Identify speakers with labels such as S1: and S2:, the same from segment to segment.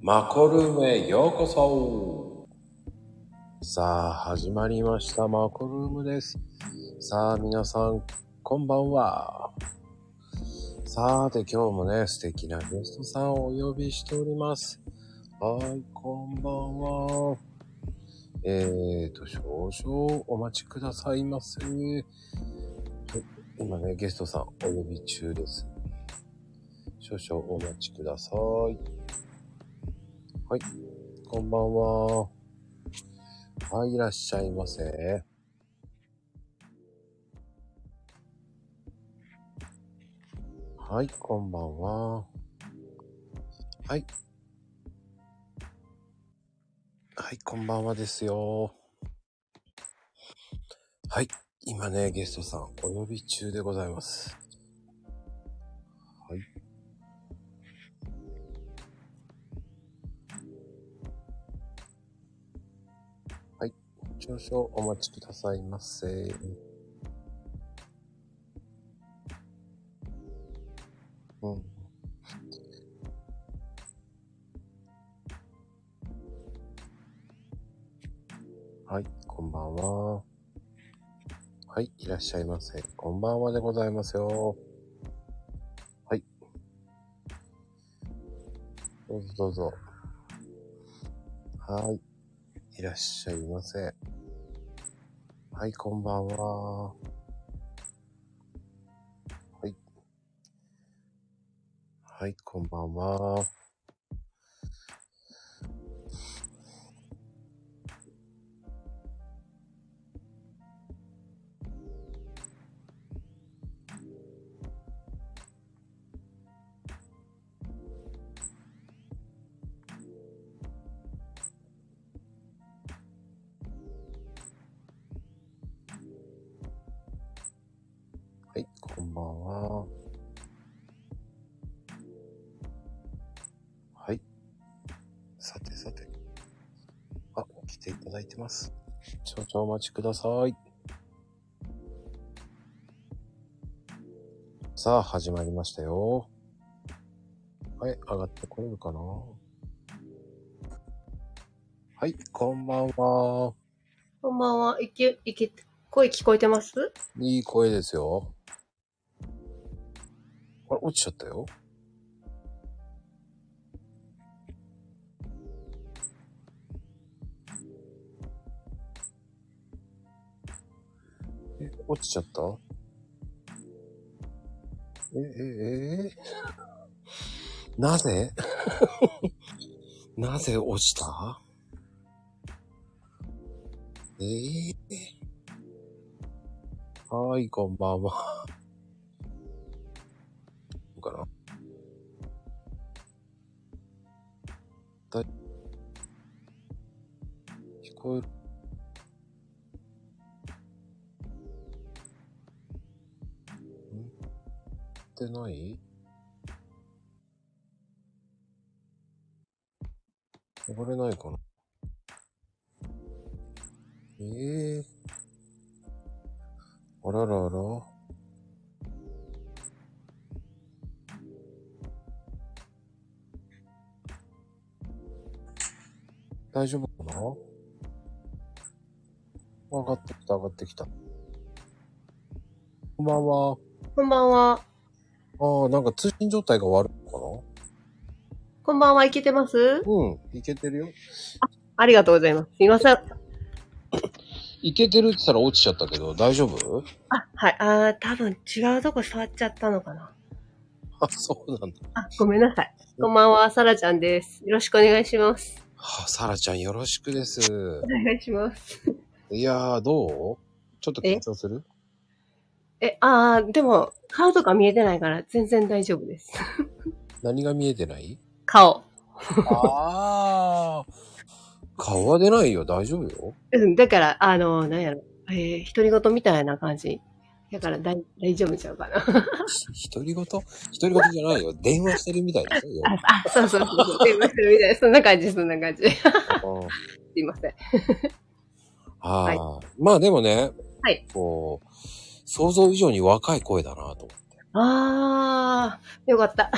S1: マコルームへようこそさあ、始まりました。マコルームです。さあ、皆さん、こんばんは。さて、今日もね、素敵なゲストさんをお呼びしております。はい、こんばんは。えーと、少々お待ちくださいませ。はい、今ね、ゲストさんお呼び中です。少々お待ちください。はい、こんばんは。はい、いらっしゃいませ。はい、こんばんは。はい。はい、こんばんはですよ。はい、今ね、ゲストさんお呼び中でございます。はい。はい、少々お待ちくださいませ。うん。はい、こんばんは。はい、いらっしゃいませ。こんばんはでございますよ。はい。どうぞどうぞ。はい。いらっしゃいませ。はい、こんばんは。はい、こんばんは。はい、こんばんは。さてさて。あ、来ていただいてます。少々お待ちください。さあ、始まりましたよ。はい、上がってこれるかなはい、こんばんは。こ
S2: んばんは。いけ、いけ、声聞こえてます
S1: いい声ですよ。あれ、落ちちゃったよ。え、落ちちゃったえ、え、えー、 なぜなぜ落ちたえー、はーい、こんばんは。どうかなだ聞こえるってない呼ばれないかなええー、あららら。大丈夫かな上がってきた、上がってきた。こんばんは。
S2: こんばんは。
S1: ああ、なんか通信状態が悪いのかな
S2: こんばんは、いけてます
S1: うん、いけてるよ
S2: あ。ありがとうございます。すいません。
S1: いけてるって言ったら落ちちゃったけど、大丈夫
S2: あ、はい。ああ、多分違うとこ触っちゃったのかな。
S1: あ、そうなんだ。
S2: あ、ごめんなさい。こんばんは、さらちゃんです。よろしくお願いします。
S1: はあ、さらちゃんよろしくです。お
S2: 願いします。
S1: いやー、どうちょっと緊張する
S2: え、ああ、でも、顔とか見えてないから全然大丈夫です。
S1: 何が見えてない
S2: 顔。
S1: ああ。顔は出ないよ。大丈夫よ。
S2: うん。だから、あの、なんやろ。えー、独り言みたいな感じ。だから大、大丈夫ちゃうかな。
S1: 独り言独り言じゃないよ。電話してるみたいで
S2: しょ。あ、あそうそうそう。 電話してるみたい。そんな感じ、そんな感じ。 すいません。
S1: ああ、はい、まあでもね。
S2: はい。
S1: こう、想像以上に若い声だなと思って。
S2: ああ、よかった。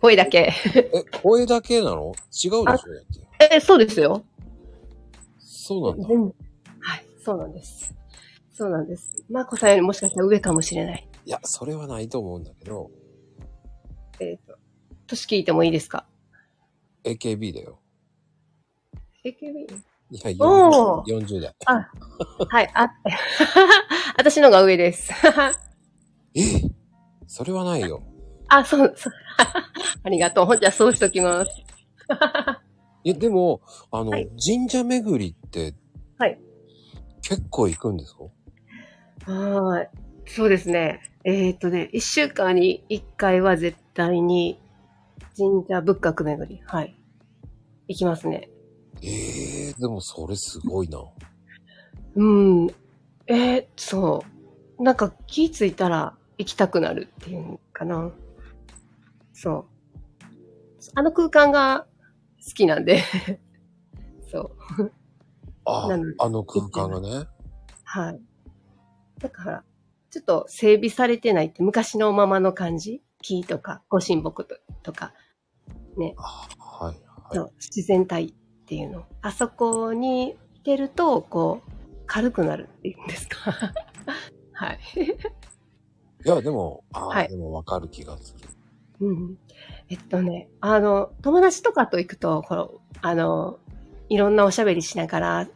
S2: 声だけ。
S1: え、声だけなの違うでしょだ
S2: あ
S1: って。
S2: え、そうですよ。
S1: そうなんだ。
S2: 全部。はい、そうなんです。そうなんです。まこさんよりもしかしたら上かもしれない。
S1: いや、それはないと思うんだけど、
S2: えっ、と、年聞いてもいいですか
S1: AKB だよ。
S2: ?AKB?
S1: いや、
S2: おー
S1: 40, 40代。
S2: はい、あ、 私のが上です。
S1: えそれはないよ。
S2: あ、そう、そう。 ありがとう。じゃあそうしときます。
S1: いや、でも、あの、
S2: はい
S1: 神社巡りって、
S2: はい。
S1: 結構行くんですか
S2: はーい。そうですね。えーっとね、一週間に一回は絶対に神社仏閣巡り。はい。行きますね。
S1: ええでもそれすごいな。
S2: うん。えーそう。なんか気ぃついたら行きたくなるっていうのかな。そう。あの空間が好きなんで。 そう。
S1: あ
S2: なの、
S1: あの空間がね。
S2: はい。だから、ちょっと整備されてないって昔のままの感じ木とか、ご神木ととか、
S1: あはい。はい。
S2: の自然体っていうの。あそこにいてると、こう、軽くなるっていうんですか。 はい。
S1: いや、でも、あ、
S2: はい
S1: でもわかる気がする。
S2: うん。えっとね、あの、友達とかと行くと、この、あの、いろんなおしゃべりしながら、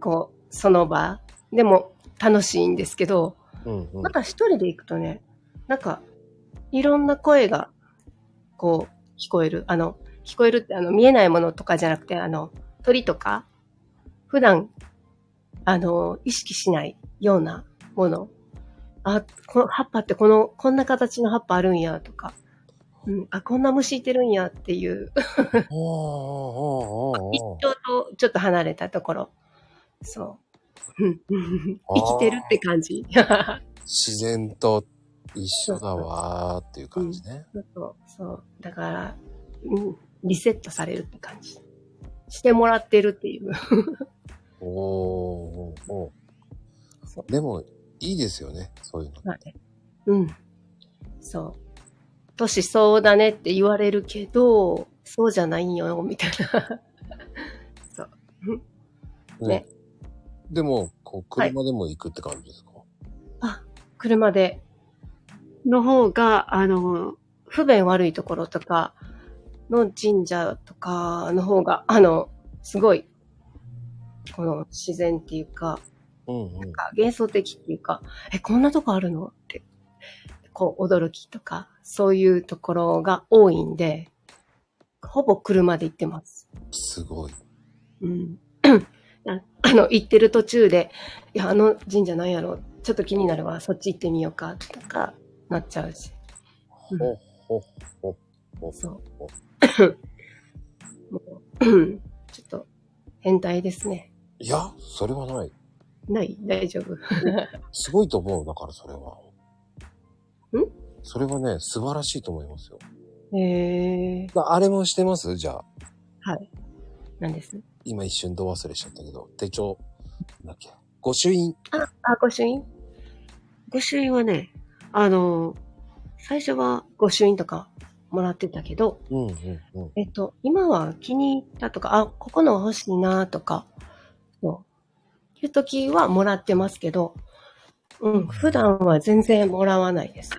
S2: こう、その場でも楽しいんですけど、
S1: うんうん
S2: ま。た一人で行くとね、なんか、いろんな声が、こう、聞こえる。あの、聞こえるって、あの、見えないものとかじゃなくて、あの、鳥とか、普段、あの、意識しないようなもの。あ、この葉っぱってこの、こんな形の葉っぱあるんや、とか。うん、あ、こんな虫いてるんやっていう、
S1: おーおーお
S2: 一
S1: ーおー
S2: 丁とちょっと離れたところ。そう。うんうん生きてるって感じ。
S1: 自然と一緒だわーっていう感じね。
S2: そうそうそう。だから、うん、リセットされるって感じ。してもらってるっていう。
S1: おーおー
S2: そ
S1: おーでも、いいですよね。そういうの。
S2: はい。うん。そう。年そうだねって言われるけど、そうじゃないんよ、みたいな。
S1: うん
S2: ね
S1: でも、こう、車でも行くって感じですか、
S2: 車で。
S3: の方が、あの、
S2: 不便悪いところとかの神社とかの方が、あの、すごい、この自然っていうか、
S1: うんうん。
S2: なんか幻想的っていうか、え、こんなとこあるのって、こう、驚きとか、そういうところが多いんで、ほぼ車で行ってます。
S1: すごい。
S2: うん。 ああの、行ってる途中で、いや、あの神社なんやろちょっと気になるわ、そっち行ってみようか、とか、なっちゃうし。うん
S1: ほっほっほっほっ
S2: そう。 もう、 ちょっと、変態ですね。
S1: いや、それはない。
S2: ない大丈夫。
S1: すごいと思う。だからそれは。
S2: ん
S1: それはね、素晴らしいと思いますよ。
S2: へえー、
S1: ああれもしてますじゃあ、
S2: なんです。
S1: 今一瞬ど忘れしちゃったけど、手帳、なんだっけ。御朱印。
S2: あ、あ、御朱印
S3: 御朱印はね、あの、最初は、
S2: 御朱印とかもらってたけど、
S1: うんうんうん。
S2: えっと、今は気に入ったとか、あ、ここの欲しいなとか、そういう時はもらってますけど、うん、普段は全然もらわないです。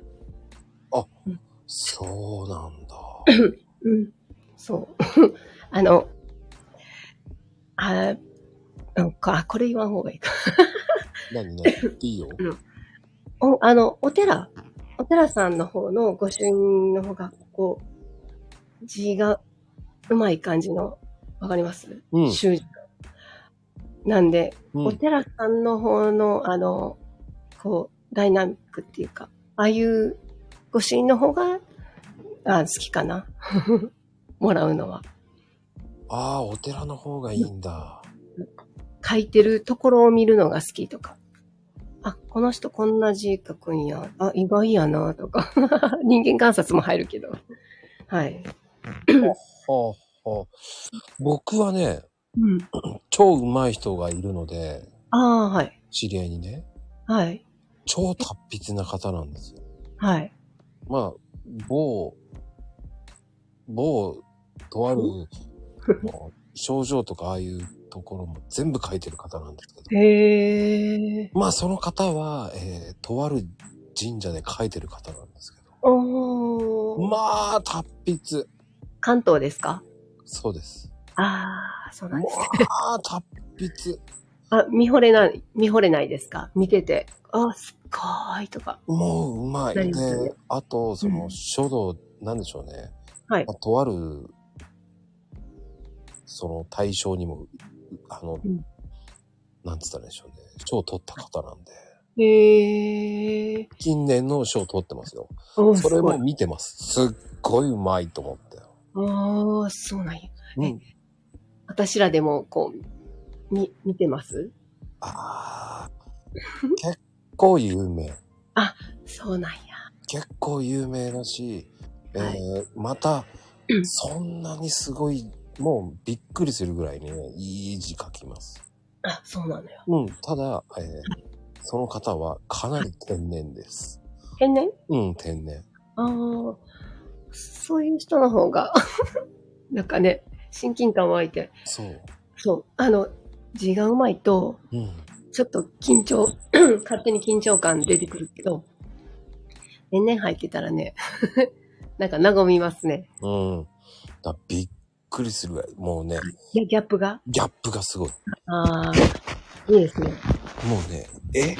S1: そうなんだ。
S2: うん、そう。 あの、あ、なんか、あこれ言わん方がいいか。
S1: 何何いいよ。
S2: お、あの、お寺、お寺さんの方の御朱印の方が、こう、字がうまい感じの、わかります
S1: うん。
S2: 習字なんで、
S1: う
S2: お
S1: ん、
S2: 寺さんの方の、あの、こう、ダイナミックっていうか、ああいう御朱印の方が、あ好きかな。 もらうのは。
S1: ああ、お寺の方がいいんだ。
S2: 書いてるところを見るのが好きとか。あ、この人こんな字書くんや。あ、意外やなとか。 人間観察も入るけど。はい。
S1: はあはあ。僕はね、
S3: うん。
S1: 超うまい人がいるので、
S2: ああ、はい。
S1: 知り合いにね、
S2: はい。
S1: 超達筆な方なんですよ。
S2: はい。
S1: まあ、某某、とある、 もう症状とかああいうところも全部書いてる方なんですけど。
S2: へえ。
S1: まあその方は、えーとある神社で書いてる方なんですけ
S2: お
S1: ど。
S2: ー。
S1: まあ、達筆。
S2: 関東ですか
S1: そうです。
S2: ああ、そうなんですね。
S1: まあ、達筆。
S2: あ、見惚れない、見惚れないですか見てて。あ、すっごーいとか。
S1: もううまい。で
S2: 何ですかね、
S1: あと、そうの
S2: ん
S1: 書道、なんでしょうね。
S2: はい
S1: まあとある、その対象にも、あの、
S2: うん
S1: なんつったらいいんでしょうね。賞を取った方なんで。
S2: へえ。
S1: 近年の賞を取ってますよ。
S2: おー
S1: それ
S2: すご
S1: も
S2: い。
S1: 見てます。すっごいうまいと思って。
S2: おー、そうなんや。
S1: うん。
S2: 私らでも、こう、み、見てます
S1: ああ。結構有名。
S2: そうなんや。
S1: 結構有名だし、えー
S2: は
S1: また
S2: う、ん
S1: そんなにすごい、もうびっくりするぐらいね、いい字書きます。
S2: あ、そうなのよ。
S1: うん、ただ、えーその方はかなり天然です。
S2: 天然
S1: うん、天然。
S2: ああ、そういう人の方が、 なんかね、親近感湧いて。
S1: そう。
S2: そう。あの、字がうまいと、
S1: うん。
S2: ちょっと緊張、 勝手に緊張感出てくるけど、年々入ってたらね、 なんか和みますね。
S1: うん。だびっくりするぐらい。もうね、
S2: いや、ギャップが。
S1: ギャップがすごい。
S2: ああ、いいですね。
S1: もうね、え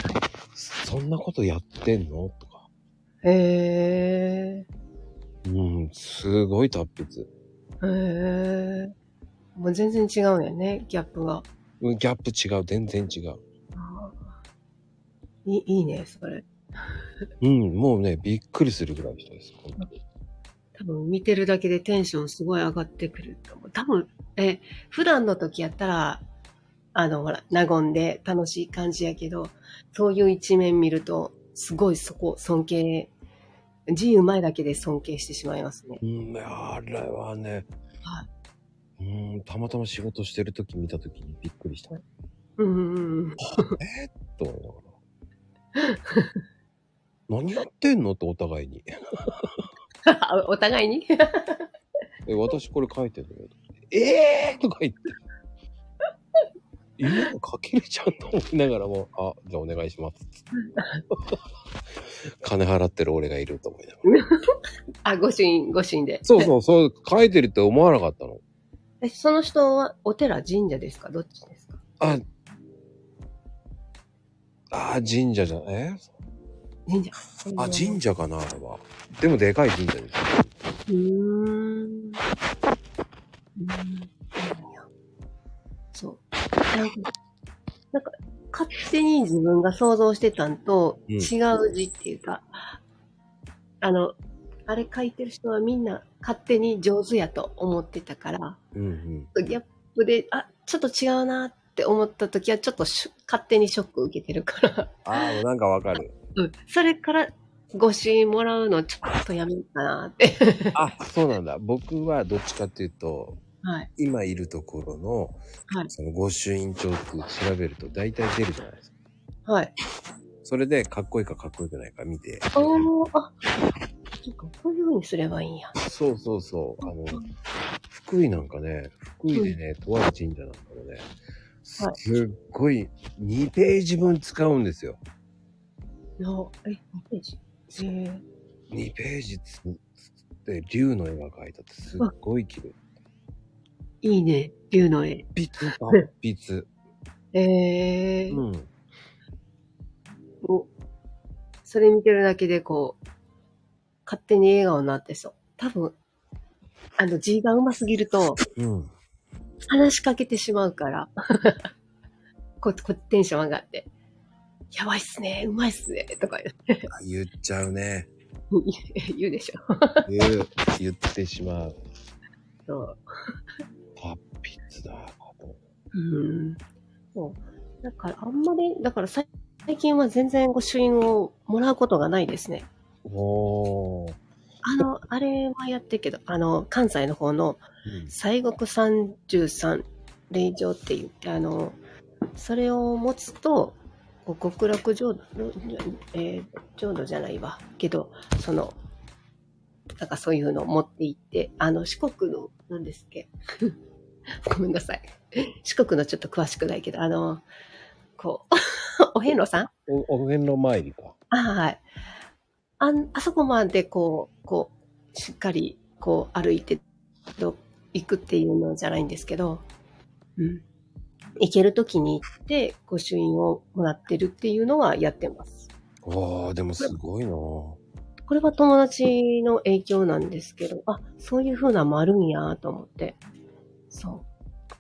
S1: そんなことやってんのとか。
S2: へ
S1: うん、すごい達筆。
S2: え。へえ。もう全然違うんやね、ギャップが。
S1: うんギャップ違う、全然違う。
S2: あーいいいいね、それ。
S1: うん、もうね、びっくりするぐらいの人です。本当に
S4: 多分見てるだけでテンションすごい上がってくると思う。多分、え、
S2: 普段の時やったら、あの、ほら、和んで楽しい感じやけど、そういう一面見ると、すごいそこ、尊敬、自由前だけで尊敬してしまいますね。
S1: うん、あれはね、
S2: は
S1: うん、たまたま仕事してる時見た時にびっくりした。
S2: うんうん うん。
S1: と思いながら。 何やってんのってお互いに。
S2: お互いに
S1: え、私これ書いてるよ。ええー、とか言って。今の書けるじゃんと思いながらも、あ、じゃあお願いします。金払ってる俺がいると思いながら。
S2: あ、ご主人、ご主人で。
S1: そうそう、そう、書いてるって思わなかったの。
S2: え。その人はお寺、神社ですかどっちですか
S1: あ、あー、神社じゃ、え
S2: 神社。
S1: あ、神社かな、あれは。でもでかい神社です。
S2: うーん。うーんそう。なんか、なんか勝手に自分が想像してたんと
S1: うん
S2: 違う字っていうか、あの、あれ書いてる人はみんな勝手に上手やと思ってたから、
S1: うんうん。
S2: ギャップで、あ、ちょっと違うなって思った時はちょっとショ勝手にショック受けてるから、
S1: ああ、なんかわかる。
S2: うんそれからご支援もらうのちょっとやめようかなって。
S1: あ、そうなんだ。僕はどっちかっていうと、
S2: はい。
S1: 今いるところの、
S2: はい
S1: その御朱印帳って調べると大体出るじゃないですか。
S2: はい。
S1: それでかっこいいかかっこよくないか見て。
S2: おー、あ、そうか、こういう風にすればいいんや。
S1: そうそうそう。あの、福井なんかね、福井でね、とある神社なんかもね、すっ
S2: はい
S1: ごい2ページ分使うんですよ。
S2: の、え、2ページ。えー、
S1: 2ページつって竜の絵が描いたってすっごい綺麗。
S4: いいね、竜の絵。
S1: ピツパッピツ。
S2: えー
S1: うん。
S2: おそれ見てるだけでこう、勝手に笑顔になってそう。多分、あの字が上手すぎると、
S1: うん。
S2: 話しかけてしまうから、 ここテンション上がって、やばいっすね、うまいっすね、とか
S1: あ言っちゃうね。
S2: 言う 言うでしょ。
S1: 言う、言ってしまう。
S2: そう
S1: パッピツだ。
S2: うんそう。だから、あんまり、だから最最近は全然御朱印をもらうことがないですね。
S1: おー。
S2: あの、あれはやってるけど、あの、関西の方の
S1: うん
S2: 西国三十三霊場って言って、あの、それを持つと、こう極楽浄土、えー浄土じゃないわ。けど、その、なんかそういうのを持って行って、あの、四国の、なんですっけ。 ごめんなさい。四国のちょっと詳しくないけど、あの、こう、 お遍路さん
S1: お、お遍路参りか。
S2: あはい。あん、あそこまでこう、こう、しっかり、こう、歩いて、ど行くっていうのじゃないんですけど、うん。行けるときに行って、御朱印をもらってるっていうのはやってます。
S1: わあ、でもすごいな
S2: これは友達の影響なんですけど、あ、そういう風なのもあるんやと思って。そ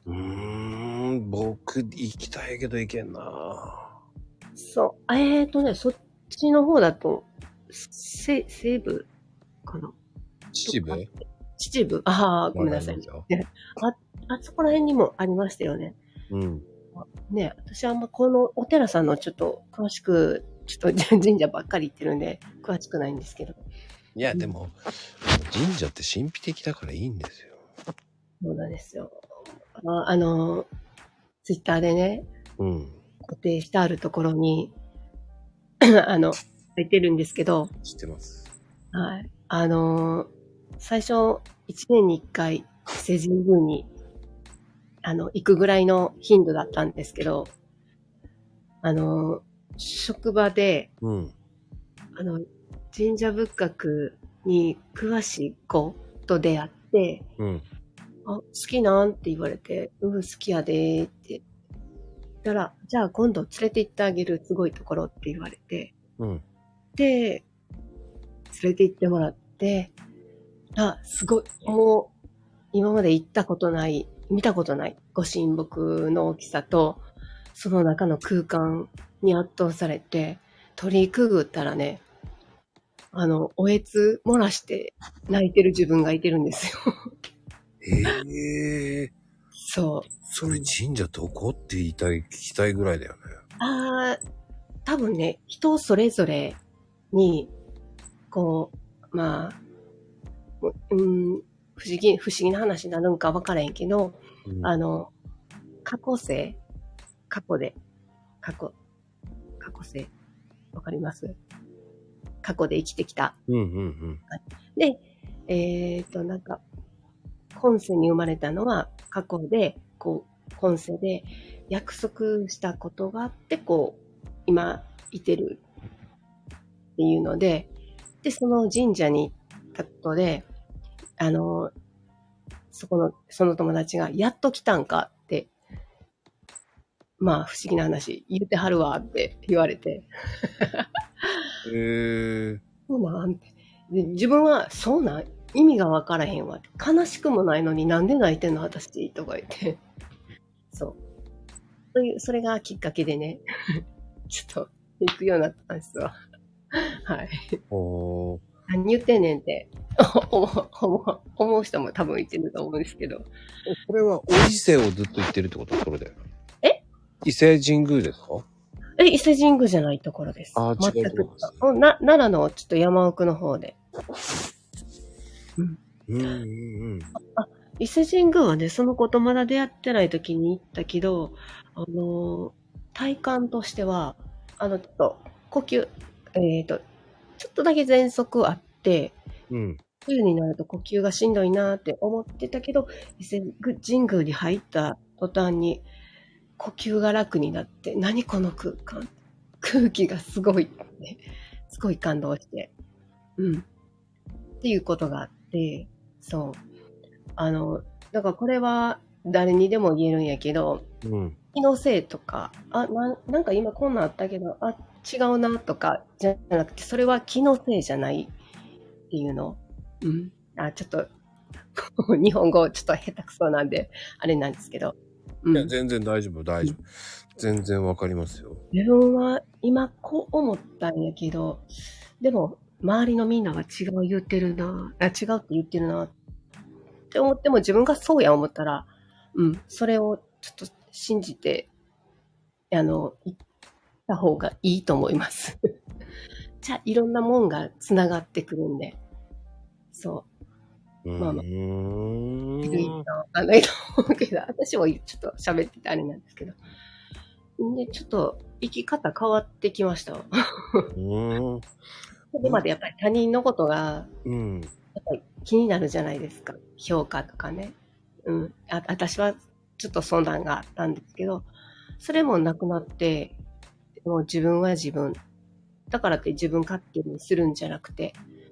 S2: う
S1: ーん、僕、行きたいけど行けんな
S2: う。そう。えーとね、そっちの方だと、せ、西部かな
S1: 秩父
S2: 秩父ああ、ごめんなさい。あそこら辺にもありましたよね。
S1: うん。
S2: ね、私はあんまこのお寺さんのちょっと詳しく、ちょっと神社ばっかり行ってるんで、詳しくないんですけど。
S1: いや、でも、神社って神秘的だからいいんですよ。
S2: そうなんですよ。ああの、ツイッターでね、
S1: うん。
S2: 固定してあるところに、 あの、書いてるんですけど、
S1: 知ってます。
S2: はい。あの、最初、1年に1回、伊勢神宮に、あの、行くぐらいの頻度だったんですけど、あの、職場で、
S1: うん。
S2: あの、神社仏閣に詳しい子と出会って、
S1: うん。
S2: あ、好きなんって言われて、うん、好きやでーって。たら、じゃあ今度連れて行ってあげるすごいところって言われて、
S1: うん。
S2: で、連れて行ってもらって、あ、すごい、もう、今まで行ったことない、見たことない、ご神木の大きさと、その中の空間に圧倒されて、鳥居くぐったらね、あの、おえつ漏らして泣いてる自分がいてるんですよ。
S1: ええー、
S2: そう。
S1: それ神社どこって言いたい、聞きたいぐらいだよね。
S2: ああ、多分ね、人それぞれに、こう、まあ、ううん、不思議、不思議な話になるんか分からへんけど、
S1: うん
S2: あの、過去性過去で、過去、過去性わかります過去で生きてきた。
S1: うんうん
S2: で、えっ、と、なんか、今世に生まれたのは過去で、こう、今世で約束したことがあって、こう、今、いてるっていうので、で、その神社に行ったことで、あの、そこの、その友達が、やっと来たんかって、まあ、不思議な話、言ってはるわって言われて、
S1: うん。ええ
S2: そうなんて。で自分は、そうなん意味がわからへんわ。悲しくもないのになんで泣いてんの私とか言って。 そう。そういう、それがきっかけでね、 ちょっと行くようになったんですわ。 はい。
S1: ー。おー
S2: 何言ってんねんって、 思う、思う、思う人も多分いてると思うんですけど。
S1: えこれはお伊勢をずっと行ってるってことそれで。
S2: え
S1: 伊勢神宮ですか
S2: え、伊勢神宮じゃないところです。
S1: あー違
S2: 全
S1: うと
S2: く
S1: こですね。
S2: うんな、奈良のちょっと山奥の方で。
S1: うんうん
S5: 伊勢神宮はね、その子とまだ出会ってない時に行ったけど、あの
S2: あの体感としては、あの、ちょっと、呼吸、えっ、と、ちょっとだけ喘息あって、
S1: うん。うん。
S2: 冬になると呼吸がしんどいなって思ってたけど、伊勢神宮に入った途端に、呼吸が楽になって、何この空間空気がすごい、ね、すごい感動して、うん。っていうことがあって、そう。あの、だからこれは誰にでも言えるんやけど、
S1: うん。
S2: 気のせいとか、あ、ななんか今こんなんあったけど、あ、違うなとかじゃなくて、それは気のせいじゃないっていうの。うん。あ、ちょっと、 こう日本語ちょっと下手くそなんで、あれなんですけど。う
S1: いや、
S2: ん、
S1: 全然大丈夫、大丈夫。全然わかりますよ。
S2: 自分は今こう思ったんやけど、でも周りのみんなが違う言ってるな、あ違うって言ってるなって思っても自分がそうや思ったら、うん、それをちょっと信じて、あの、行った方がいいと思います。 じゃあいろんなもんが繋がってくるんで、そう。
S1: う
S2: まあまあ
S1: ー
S2: いるい
S1: ん。
S2: あの、いいと思うけど、私もちょっと喋っててあれなんですけど。で、ちょっと生き方変わってきましたわ。
S1: うーん。
S2: ここまでやっぱり他人のことが、
S1: うん。
S2: 気になるじゃないですか。評価とかね。うん。あ、私はちょっとそんなんがあったんですけど、それもなくなって、もう自分は自分。だからって自分勝手にするんじゃなくて、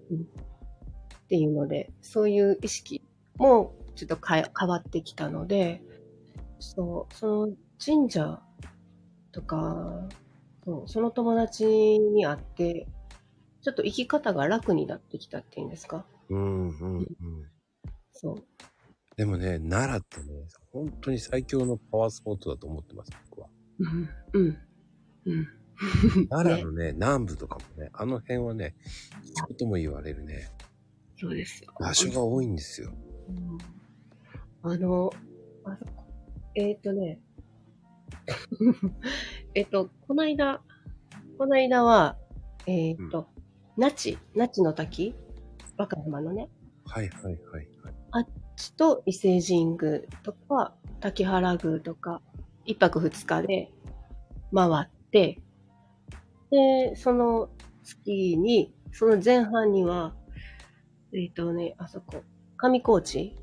S2: うん、っていうので、そういう意識もちょっと変え変わってきたので、そう、その神社とか、そうその友達に会って、ちょっと生き方が楽になってきたっていうんですか。
S1: うんうんうん。
S2: そう。
S1: でもね、奈良ってね、本当に最強のパワースポットだと思ってます、僕は。
S2: うん。うん。うん。
S1: 奈良のね、南部とかもね、あの辺はね、聞くとも言われるね、
S2: そうですよ。
S1: 場所が多いんですよ。
S2: うんあの、あそこ、えっ、ー、とね、 えっと、こないだ、こないだは、えっ、ー、と、那智、那智の滝、若浜のね、
S1: はいはいはいはい。
S2: 地と伊勢神宮とか、滝原宮とか、一泊二日で回って、で、その月に、その前半には、えっ、とね、あそこ、上高地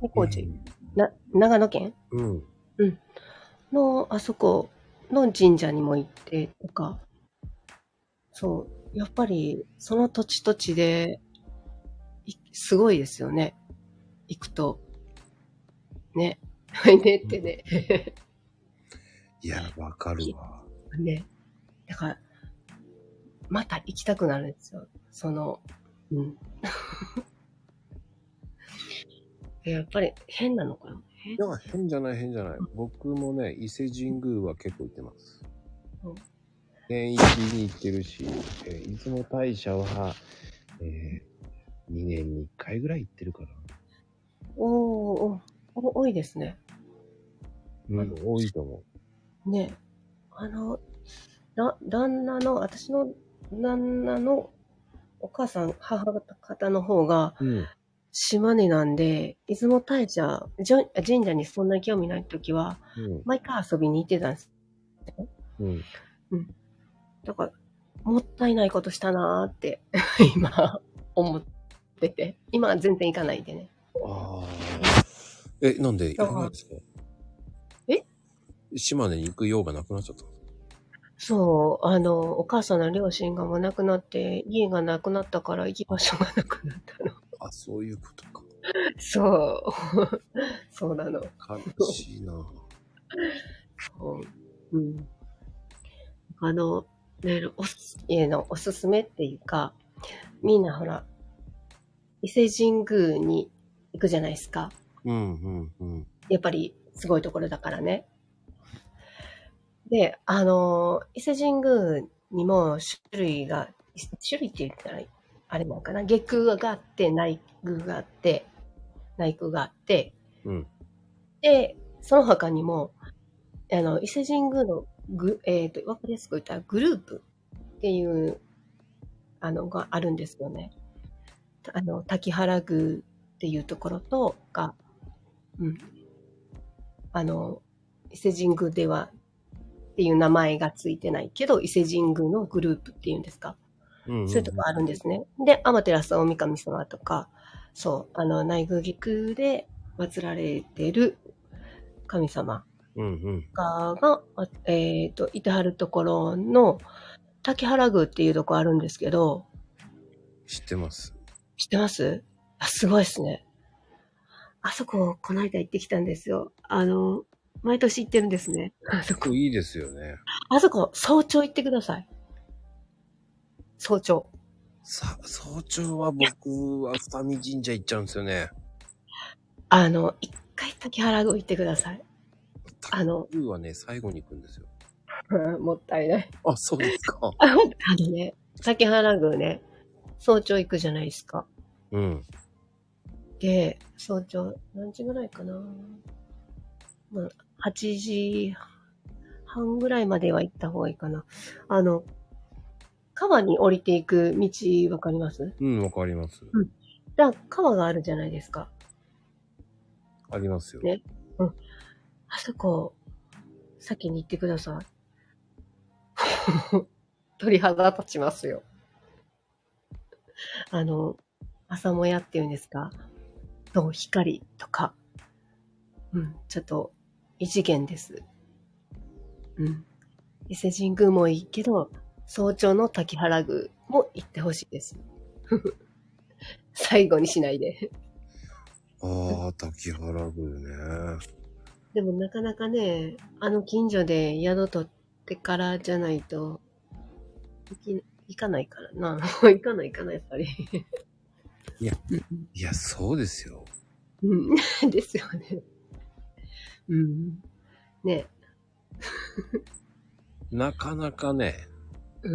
S2: 上高地、な、長野県
S1: うん。うん。
S2: の、あそこの神社にも行ってとか、そう、やっぱりその土地土地で、いすごいですよね。行くと。ね。 ねってね。
S1: いや、わかるわ。
S2: ね。だから、また行きたくなるんですよ。その、うん。 やっぱり変なのかない
S1: や、変じゃない変じゃない。僕もね、伊勢神宮は結構行ってます
S2: うん。
S1: 年一に行ってるし、えー出雲大社は、え2年に1回ぐらい行ってるから。
S2: おーおー、お多いですね。
S1: うん、多いと思
S2: ねあの、だ、旦那の、私の旦那のお母さん、母方の方が
S1: う。うん。
S2: 島根なんで、出雲大社、じょ神社にそんなに興味ない時は、毎回遊びに行ってたんです。
S1: うん。うん。
S2: だから、もったいないことしたなーって、 今、思ってて。今は全然行かないでね。
S1: ああ。え、なんで行かないんですか
S2: え
S1: 島根に行く用がなくなっちゃった。
S2: そう、あの、お母さんの両親がもう亡くなって、家がなくなったから行き場所がなくなったの。
S1: あ、そういうことか。
S2: そう。 そうなの。
S1: 悲しいな。
S2: そう。うん。
S6: あの、ね、お
S2: 家のおすすめっていうか、みんなほら、伊勢神宮に行くじゃないですか。
S1: うんうんうん。
S2: やっぱりすごいところだからね。で、あの、伊勢神宮にも種類が、種類って言ったらあれなのかな下宮があって、内宮があって、内宮があって、
S1: うん
S2: で、その他にも、あの、伊勢神宮のぐ、えっ、と、わかりやすく言ったらグループっていう、あの、があるんですよね。あの、滝原宮っていうところと、が、うん、あの、伊勢神宮ではっていう名前がついてないけど、伊勢神宮のグループっていうんですか。
S1: うんうん
S2: そういうとこあるんですね。で、アマテラス大神様とか、そう、あの、内宮外宮で祀られてる神様
S1: うんうん。
S2: が、あえっ、と、いてはるところの、竹原宮っていうとこあるんですけど、
S1: 知ってます。
S2: 知ってますあ、すごいですね。あそこ、こないだ行ってきたんですよ。
S6: あの、毎年行ってるんですね。
S2: あそこ
S1: 結構いいですよね。
S2: あそこ、早朝行ってください。早朝。
S1: さ、早朝は僕は二見神社行っちゃうんですよね。
S2: あの、一回竹原宮行ってください。あの、
S1: うはね、最後に行くんですよ。
S2: もったいない。
S1: あ、そうですか。
S2: あのね、竹原宮ね、早朝行くじゃないですか。
S1: うん。
S2: で、早朝、何時ぐらいかな。まあ、8時半ぐらいまでは行った方がいいかな。あの、川に降りていく道わかります
S1: うん、わかります。
S2: だ川があるじゃないですか。
S1: ありますよ。
S2: ねあそこ、先に行ってください。鳥肌立ちますよ。
S7: あの、朝もやっていうんですか、と光とか、うん、ちょっと異次元です。うん。伊勢神宮もいいけど、早朝の滝原宮も行ってほしいです。最後にしないで。
S1: ああ、滝原宮ね。
S2: でもなかなかね、あの近所で宿取ってからじゃないと、行き行かないからな。 行かない行かない、やっぱり。
S1: いや、そうですよ。
S2: うん、 ですよね。うん。ね
S1: なかなかね、
S2: うん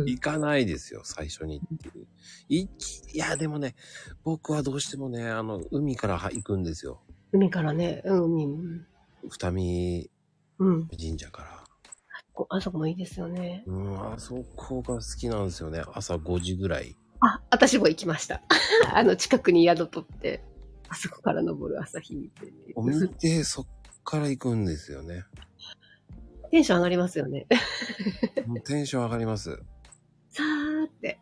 S1: 行かないですよ、最初にっていう。行き、いや、でもね、僕はどうしてもね、あの、海からは行くんですよ。
S2: 海からね、うん海、うん
S1: 二見
S2: うん。
S1: 神社から。
S2: こあそこもいいですよね。
S1: うん、あそこが好きなんですよね。朝5時ぐらい。
S7: あ、私も行きま した。あの、近くに宿取って、あそこから登る朝日見てっていう
S1: お見て、そっから行くんですよね。
S2: テンション上がりますよね。
S1: もうテンション上がります。
S2: さーって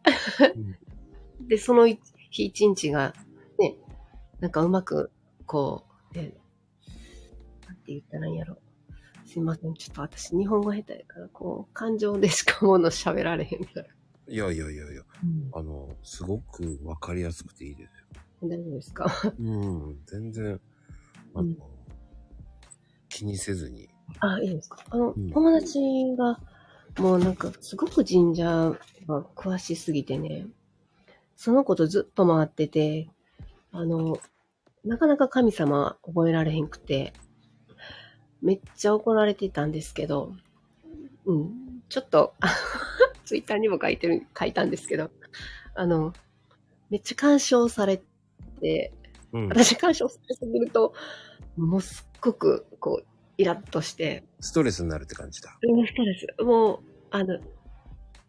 S1: うん。
S2: で、その日一日が、ね、なんかうまく、こう、ね、なんて言ったらいいんやろ。すいません。ちょっと私、日本語下手やから、こう、感情でしかもの喋られへんから。
S1: いやいやいやいや、あの、すごくわかりやすくていいです
S2: 大丈夫ですか
S1: よ。うん、全然、あの、
S2: うん
S1: 気にせずに。
S2: あ、いいですかあの、
S1: うん
S2: 友達が、もうなんか、すごく神社が詳しすぎてね、その子とずっと回ってて、あの、なかなか神様覚えられへんくて、めっちゃ怒られてたんですけど、うん、ちょっと、 ツイッターにも書いてる、書いたんですけど、あの、めっちゃ干渉されて、
S1: うん、
S2: 私干渉されすぎると、もうすっごく、こう、イラッとして、
S1: ストレスになるって感じだ。
S2: うんそうです。もう、あの、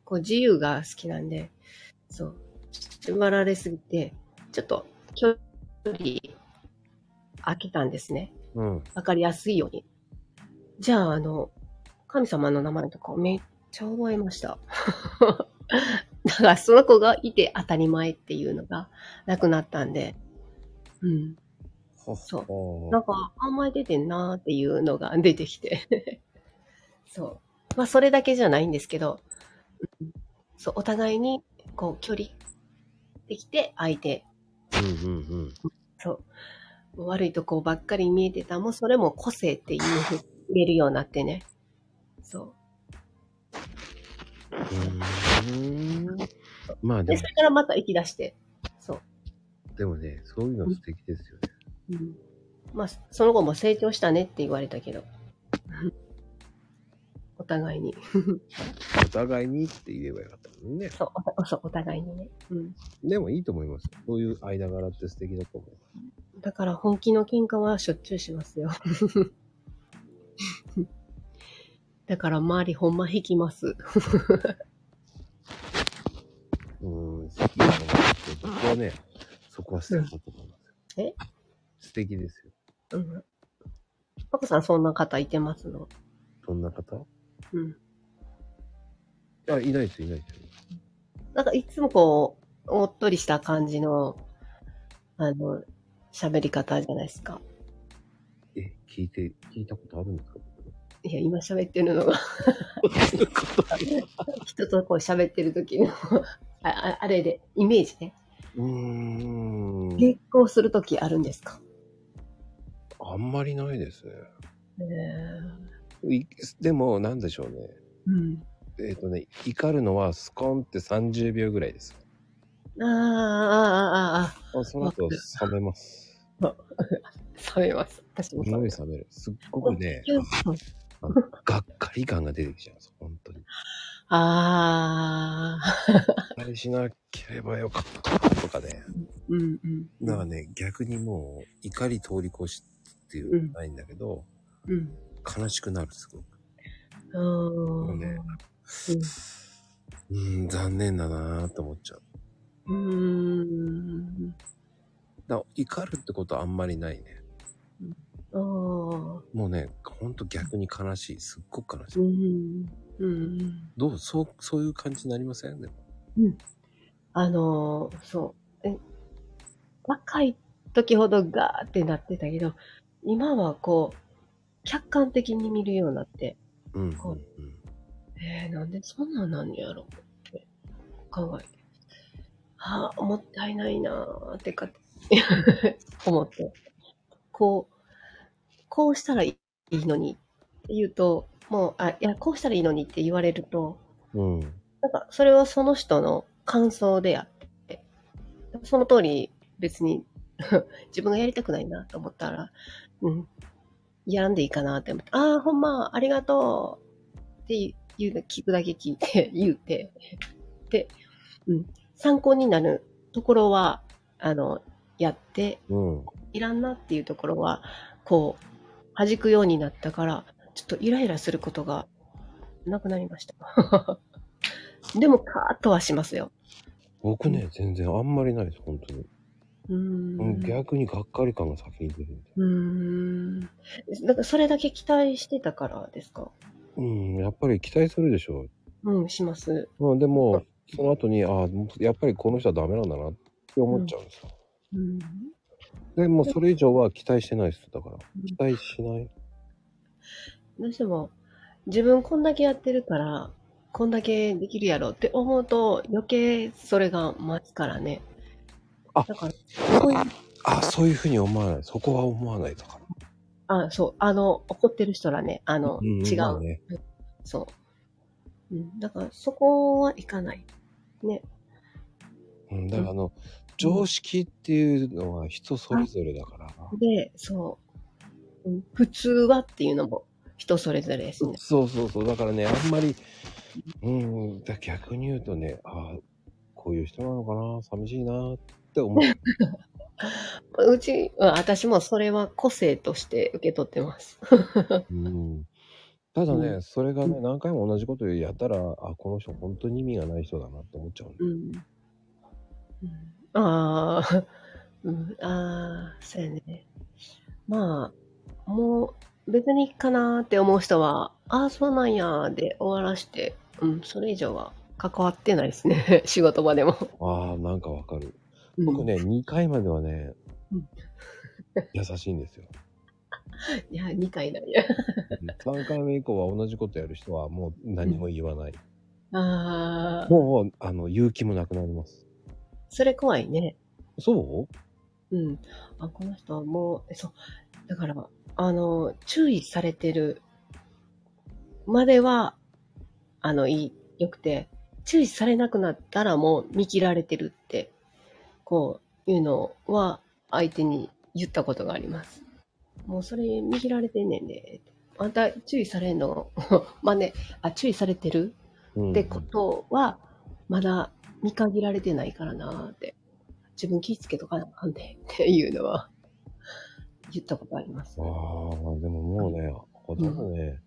S2: こう自由が好きなんで、そう、縛られすぎて、ちょっと距離、開けたんですね。
S1: うん。
S2: わかりやすいように。じゃあ、あの、神様の名前とかをめっちゃ覚えました。 だから、その子がいて当たり前っていうのがなくなったんで、うん。
S1: ほ
S2: そう
S1: ほ
S2: なんか、あんまり出てんなーっていうのが 出てきて。そう。まあ、それだけじゃないんですけど、うんそう、お互いに、こう、距離できて、相手、
S1: うんうんうん。
S2: そう、悪いとこばっかり見えてた、もうそれも個性っていうふうに言えるようになってね。そう。
S1: うーんまあで
S2: で、
S1: も
S2: そ、れからまた行き出して、そう。
S1: でもね、そういうの素敵ですよね。
S2: うんまあ、その後も成長したねって言われたけど。お互いに。
S1: お互いにって言えばよかったのにね。
S2: そう、お そうお互いにね。うん。
S1: でもいいと思いますよ。そういう間柄って素敵だと思う。
S2: だから本気の喧嘩はしょっちゅうしますよ。 だから周りほんま引きます。
S1: うーん、素敵だと思いますよ僕はね、そこは素敵だと思いますよ。
S2: え
S1: 素敵ですよ。
S2: うん。パコさんそんな方いてますの
S1: どんな方
S2: うん。
S1: あ、いないです、いないです。
S2: なんかいつもこう、おっとりした感じの、あの、喋り方じゃないですか。
S1: え、聞いて、聞いたことあるんですか
S2: いや、今喋ってるの が人とこう喋ってる時のあ、ああれで、イメージね。
S1: うーん、
S2: 結婚する時あるんですか
S1: あんまりないですね。
S2: え
S1: いでも、なんでしょうね。
S2: うん。
S1: えっ、とね、怒るのはスコンって30秒ぐらいです。
S2: ああ、ああ、ああ、
S1: あその後、冷めます。
S2: 冷めます。私も
S1: す
S2: 冷
S1: ご
S2: め
S1: い
S2: ます。
S1: 冷める。すっごくね、あのがっかり感が出てきちゃうんです。本当に。
S2: ああ、
S1: あれしなければよかったとかね。
S2: うんうん。
S1: だからね、逆にもう、怒り通り越しっていうのはないんだけど、
S2: うん。
S1: 悲しくなる、すごく。
S2: あー
S1: うねうん、残念だなーって思っちゃう。
S2: うん。うん。
S1: だから怒るってことはあんまりないね。
S2: ああ、
S1: もうね、ほんと逆に悲しい。すっごく悲し
S2: う
S1: い。
S2: ん。うん。
S1: どうそう、そういう感じになりませんでも。
S2: あのー、そう。若い時ほどガーってなってたけど、今はこう、客観的に見るようになって、
S1: うんうん
S2: こえー、なんでそんなんなんやろって考えて、ああ、もったいないなーって か、思って、こう、こうしたらいいのにって言うと、もう、あ、いや、こうしたらいいのにって言われると、
S1: うん。うん。
S2: なんか、それはその人の感想であって、その通り別に 自分がやりたくないなと思ったら、うん、やらんでいいかなって思って、ああ、ほんま、ありがとうって言うの、聞くだけ聞いて、 言うて、で、うん、参考になるところは、あの、やって、
S1: うん。
S2: いらんなっていうところは、こう、弾くようになったから、ちょっとイライラすることがなくなりました。 でも、カーッとはしますよ。
S1: 僕ね、全然あんまりないです、本当に。
S2: うーん。
S1: うん、逆にがっかり感が先に出るみたいう
S2: ーん。なんか、それだけ期待してたからですか
S1: な。うん、やっぱり期待するでしょ
S2: うん、します。
S1: う。うん、でも、その後に、ああ、やっぱりこの人はダメなんだなって思っちゃうんですよ。
S2: うん。
S1: でも、それ以上は期待してないです、だから。期待しない。
S2: どうしても、自分こんだけやってるから、こんだけできるやろって思うと、余計それが待つからね。
S1: あ
S2: だから、そういう
S1: ああ、そういうふうに思わない。そこは思わないだから。
S2: あ、そう、あの、怒ってる人らね、あの、
S1: ん、
S2: 違う。
S1: まあね。
S2: そう。うん、だからそこはいかない。
S1: うん、だからあの、常識っていうのは人それぞれだから。
S2: で、そう。うん普通はっていうのも人それぞれですね。
S1: そうそうそう。だからね、あんまり、うん、だ逆に言うとね、ああ、こういう人なのかな、寂しいなって思う。
S2: うち、うん私もそれは個性として受け取ってます。
S1: うん、ただね、
S2: う
S1: それがね、何回も同じことやったら、あ、この人本当に意味がない人だなって思っちゃうね。
S2: うん。うん、ああ、 うん、ああ、そうやね。まあ、もう別にいいかなーって思う人は、ああ、そうなんやーで終わらして、うん、それ以上は関わってないですね。 仕事場でも。
S1: ああ、なんかわかる。僕ね、2回まではね
S2: うん、
S1: 優しいんですよ。
S2: うん。いや、2回 なんや。
S1: 3回目以降は同じことやる人はもう何も言わない。
S2: ああ、
S1: もう、あの、勇気もなくなります。
S2: それ怖いね。
S1: そう
S2: うん。あ、この人はもう、えそう。だから、あの、注意されてるまでは、あの、いい、良くて、注意されなくなったらもう見切られてるって、こういうのは相手に言ったことがあります。もうそれ見切られてんねんで、あんた注意されんの、 まあね、あ、注意されてる
S1: うん
S2: ってことは、まだ見限られてないからなーって、自分気ぃつけとかなあかんでっていうのは、 言ったことあります。
S1: ああ、でももうね、ほとんどね、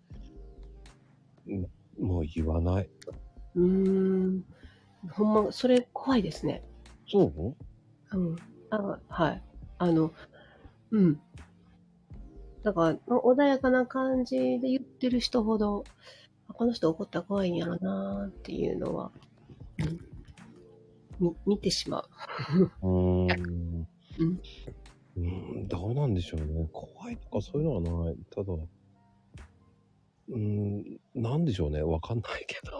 S1: うんもう言わない。
S2: うーん。ほんま、それ怖いですね。
S1: そう
S2: うん。あはい。あの、うん。だから、の穏やかな感じで言ってる人ほど、あこの人怒ったら怖いんやろなーっていうのは、うんみ見てしまう。
S1: うーん。
S2: うん
S1: うん、どうなんでしょうね。怖いとかそういうのはない。ただ、うん、なんでしょうね。わかんないけ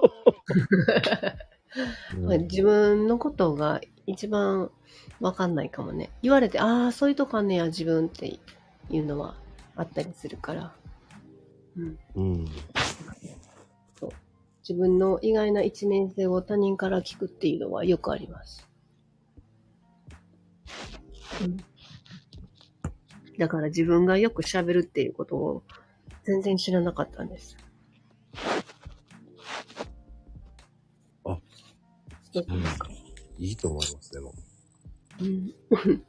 S1: ど。
S2: まあ自分のことが一番わかんないかもね。言われて、ああ、そういうとこあんねや、自分っていうのはあったりするから、
S1: うん。
S2: 自分の意外な一面性を他人から聞くっていうのはよくあります。うん、だから自分がよく喋るっていうことを全然知らなかったんです。
S1: あ
S2: どうですか
S1: いいと思います、でも。
S2: うん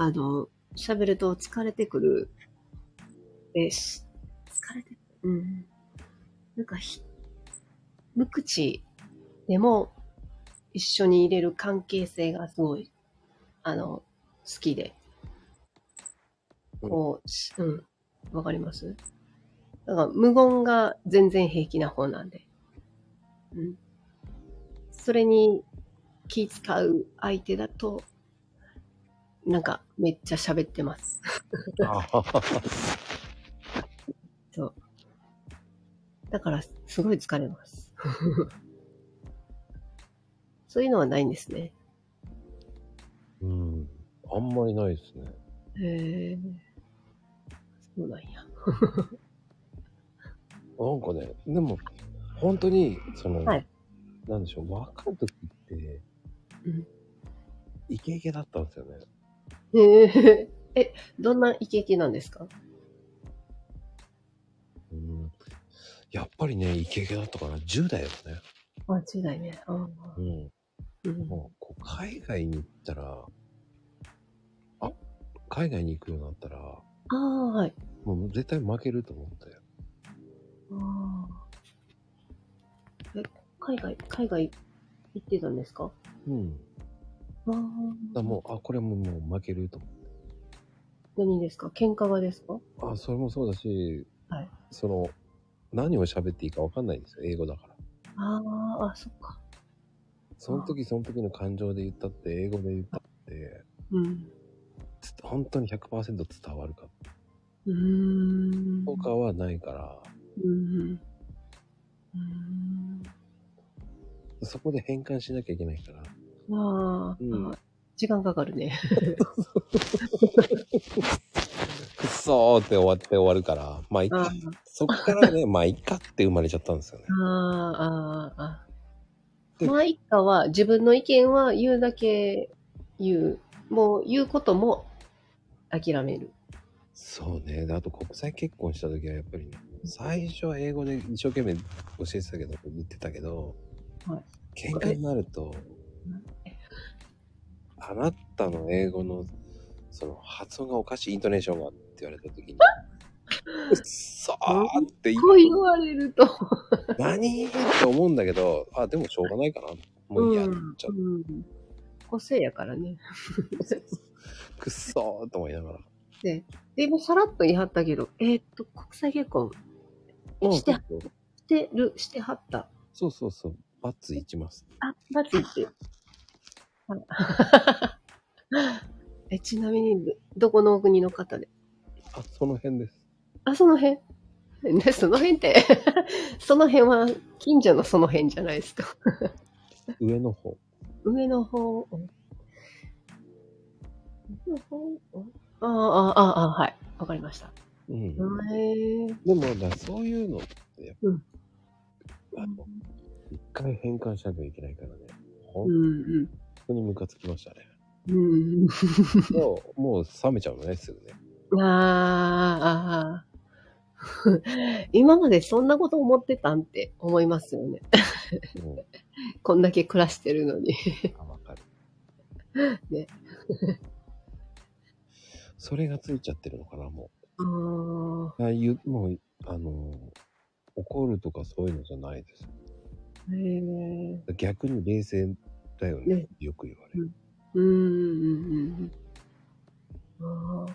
S2: あの、喋ると疲れてくる。え、し疲れてくる。うん。なんかひ、無口でも一緒に入れる関係性がすごい、あの、好きで。こうし、うん。わかりますだから無言が全然平気な方なんで。うん。それに気使う相手だとなんか、めっちゃ喋ってます。だから、すごい疲れ ます。そういうのはないんですね。
S1: うん。あんまりないですね。
S2: へえ。そうなんや。
S1: なんかね、でも、本当に、その、
S2: はい
S1: なんでしょう、若い時って、
S2: うん
S1: イケイケだったんですよね。
S2: へえ。え、どんなイケイケなんですか
S1: うん。やっぱりね、イケイケだったから、10代ですね。
S2: あ、10代ね。あー
S1: うん。
S2: うん
S1: もう、こう海外に行ったら、あ、海外に行くようになったら、
S2: あー、はい。
S1: もう絶対負けると思ったよ。
S2: あーえ、海外、海外行ってたんですか
S1: うん。だ
S2: ああ。
S1: からもう、あ、これももう負けると思っ
S2: 何ですか喧嘩がですか
S1: た。あ、それもそうだし、
S2: はい
S1: その、何を喋っていいかわかんないんですよ、英語だから。
S2: ああ、あ、そっか。
S1: その時その時の感情で言ったって、英語で言ったって、
S2: うん。
S1: つ本当に100%伝わるか
S2: うーん。
S1: とかはないから、
S2: うん。うん。
S1: そこで変換しなきゃいけないから。
S2: ああ、
S1: うん
S2: 時間かかるね。
S1: くっそーって終わって終わるから、まあいっ
S2: あ
S1: か
S2: ー。
S1: そこからね、まあいっかって生まれちゃったんですよね。
S2: あーあー、あ
S1: で
S2: あ。まあ、一家は自分の意見は言うだけ言う。もう言うことも諦める。
S1: そうね。であと国際結婚した時はやっぱりね、最初は英語で一生懸命教えてたけど、言ってたけど、
S2: はい
S1: 喧嘩になると、あなたの英語のその発音がおかしいイントネーションがって言われた 時に、うっそーって
S2: こう言われると。
S1: 何って思うんだけど、あ、でもしょうがないかな。もうやっちゃう。
S2: うん個性やからね。
S1: くっそーと思いながら。
S2: で、今さらっと言い張ったけど、えーっと、国際結婚して
S1: うんそうそう
S2: してる、してはった。
S1: そうそうそう。バツいきます。
S2: あ、バツイって。あ え、ちなみに、どどこのお国の方で
S1: あ、その辺です。
S2: あ、その辺ね、その辺って、 その辺は近所のその辺じゃないですか。
S1: 上の方。
S2: 上の方、うん上の方、うんああ、ああ、ああ、はい。わかりました。
S1: うん。
S2: へえ。
S1: でもだそういうのってやっ
S2: うん
S1: ぱ、あの一回変換しなきゃいけないからね
S2: う
S1: 本
S2: ん
S1: 当にムカつきましたね、
S2: うん。
S1: もうもう冷めちゃうのねすぐね
S2: うん。ああ、ああ。 今までそんなこと思ってたんって思いますよね。
S1: も
S2: こんだけ暮らしてるのに。
S1: うあ分かる
S2: ね
S1: それがついちゃってるのかなも
S2: ああ。
S1: うあゆもうあの怒るとかそういうのじゃないです
S2: へえ。
S1: 逆に冷静だよね
S2: ね
S1: よく言われる、
S2: うんうんうんうん。あー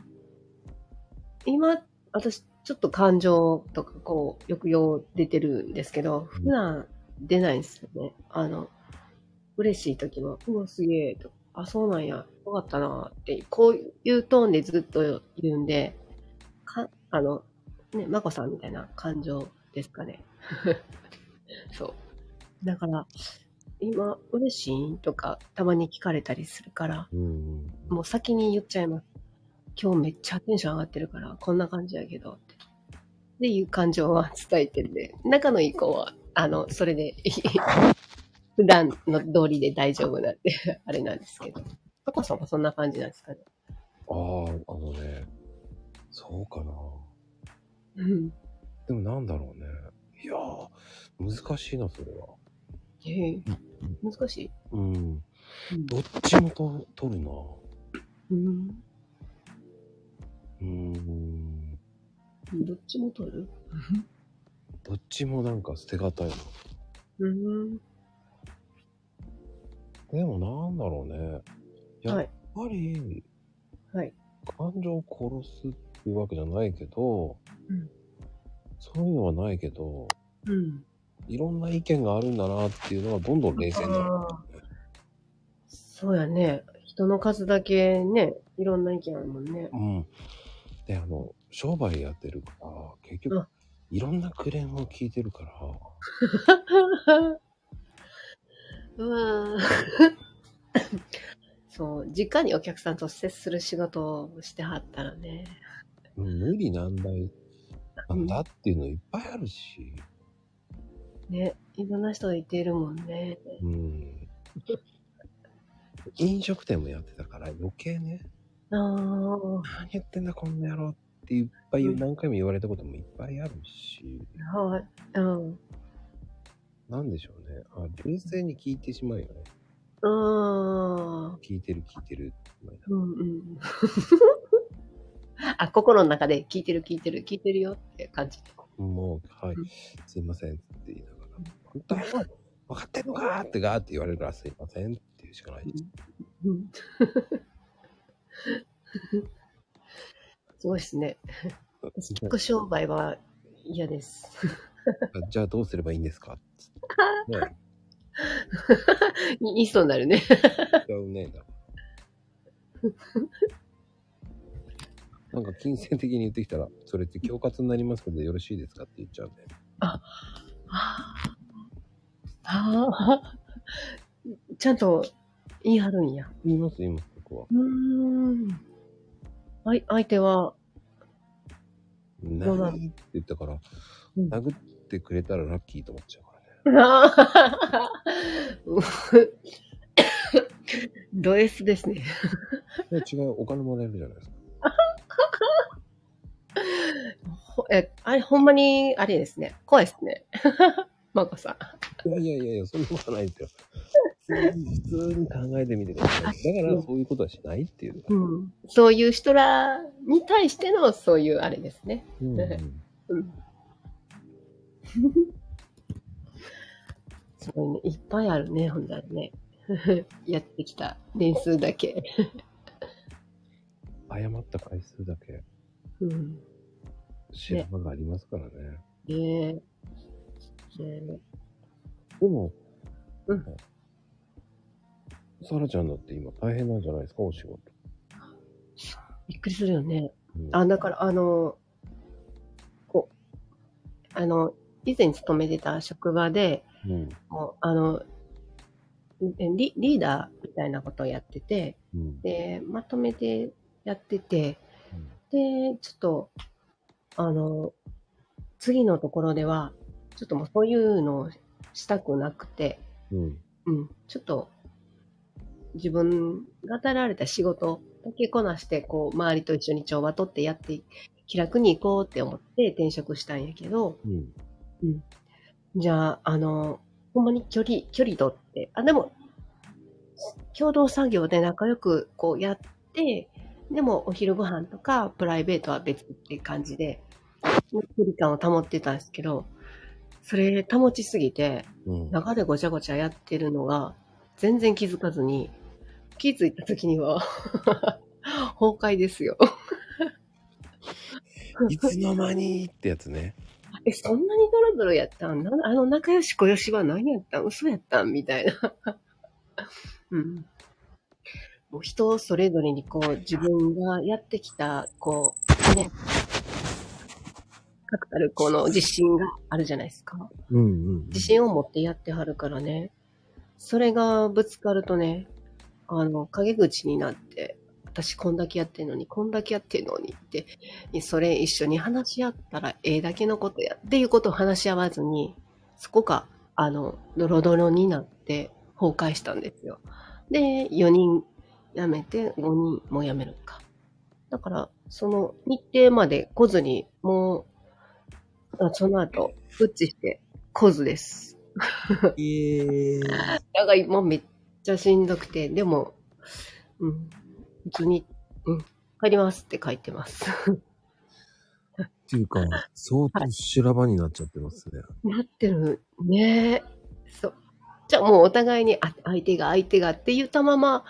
S2: 今、私、ちょっと感情とか、こう、抑揚出てるんですけど、普段出ないんですよね。あの、嬉しい時は、うわ、すげえ、とか、あ、そうなんや、よかったな、って、こういうトーンでずっと言うんで、か、あの、ね、まこさんみたいな感情ですかね。 そう。だから、今、嬉しいとか、たまに聞かれたりするから、
S1: うんうん
S2: もう先に言っちゃいます。今日めっちゃテンション上がってるから、こんな感じやけど、って。っていう感情は伝えてるんで、仲のいい子は、あの、それで、 普段の通りで大丈夫なんで、 あれなんですけど。パコさんもそんな感じなんですかね。
S1: あああのねそうかな
S2: うん。
S1: でもなんだろうね。いやー、難しいな、それは。
S2: へえ難しい。
S1: うん。
S2: うん
S1: どっちもと取るな。
S2: うん。
S1: うーん。
S2: どっちも取る
S1: どっちもなんか捨てがたいな。
S2: うん。
S1: でもなんだろうね。や
S2: は
S1: っ
S2: い。
S1: ぱり、
S2: はい
S1: 感情を殺すっていうわけじゃないけど、
S2: うん
S1: そういうのはないけど、
S2: うん。
S1: いろんな意見があるんだなっていうのはどんどん冷静になる。
S2: あーそうやね。人の数だけね、いろんな意見あるもんね。
S1: うん。で、あの、商売やってるから、結局
S2: あ、
S1: いろんなクレームを聞いてるから、
S2: うわー そう、直にお客さんと接する仕事をしてはったらね。
S1: うん無理難題なんだっていうのいっぱいあるし、
S2: ね、いろんな人がいてるもんね。
S1: うん。飲食店もやってたから余計ね、
S2: ああ、
S1: 何言ってんだこんな野郎っていっぱい言う何回も言われたこともいっぱいあるし、
S2: はい。うん。
S1: なんでしょうね。あ、冷静に聞いてしまうよね。
S2: ああ、
S1: 聞いてる聞いてるって思いながら
S2: うんうん。 あ、心の中で聞いてる聞いてる聞いてるよって感じ。
S1: もう、はい
S2: うん、
S1: すいませんって言いながら、本当は分かってんのかってガーって言われるから、すいませんっていうしかない。
S2: うん すごいですね。結構商売は嫌です。
S1: じゃあどうすればいいんですかつって。 ね、
S2: 言いそうになるね。
S1: 違うねえな。 なんか金銭的に言ってきたら、それって恐喝になりますけどよろしいですかって言っちゃうんで。
S2: ああ。ちゃんと言い張るんや。
S1: 言います、言います、ここは。
S2: うーん。はい、相手は、うなの
S1: 何って言ったから、
S2: うん
S1: 殴ってくれたらラッキーと思っちゃうからね。
S2: あード S ですね。
S1: いや違う、お金もらえるじゃないですか。
S2: ほえ、あれ、ほんまに、あれですね。怖いですね。マコさん。
S1: いやいやいやいや、そんなことないですよ。普通に考えてみてください。だから、そういうことはしないっていう。
S2: うん、そういう人らに対してのそういうあれですね。
S1: うんうん
S2: うん、 すごいね。いっぱいあるね、ほんだらね。 やってきた年数だけ。
S1: 謝った回数だけ
S2: うん、
S1: 知らがありますからね。
S2: ねえ。ね
S1: でも、
S2: うん
S1: サラちゃんだって今大変なんじゃないですか、お仕事。
S2: えびっくりするよね。
S1: うん
S2: あ、だから、あの、こう、あの、以前勤めてた職場で、
S1: うん。
S2: もう、あの、リリーダーみたいなことをやってて、
S1: うん。
S2: で、まとめてやってて、で、ちょっと、あの、次のところでは、ちょっともうそういうのをしたくなくて、
S1: うん。
S2: うん、ちょっと、自分が与えられた仕事だけこなして、こう、周りと一緒に調和取ってやって、気楽に行こうって思って転職したんやけど、
S1: うん。
S2: じゃあ、あの、ほんまに距離、距離取って、あ、でも、共同作業で仲良くこうやって、でもお昼ご飯とかプライベートは別って感じで、距離感を保ってたんですけど、それ保ちすぎて、
S1: うん。
S2: 中でごちゃごちゃやってるのが、全然気づかずに、気づいた時には、 崩壊ですよ。
S1: いつの間にってやつね。
S2: え、そんなにドロドロやったんなあの仲良し小良しは何やったん嘘やったんみたいな。 うん。もう人それぞれにこう自分がやってきた、こう、ね、確たるこの自信があるじゃないですか。
S1: うんうん。
S2: 自信を持ってやってはるからね。それがぶつかるとね、あの、陰口になって、私こんだけやってんのに、こんだけやってんのにって、それ一緒に話し合ったらええだけのことや、っていうことを話し合わずに、そこが、あの、ドロドロになって崩壊したんですよ。で、4人辞めて、5人も辞めるのか。だから、その日程まで来ずに、もう、あその後、ブッチして、来ずです。
S1: えー
S2: だが今めっちゃしんどくて、でも、うん、普通に、うん、帰りますって書いてます。
S1: っていうか、相当修羅場になっちゃってますね。
S2: なってるねそう。じゃあもうお互いに、あ、相手が相手がって言ったまま、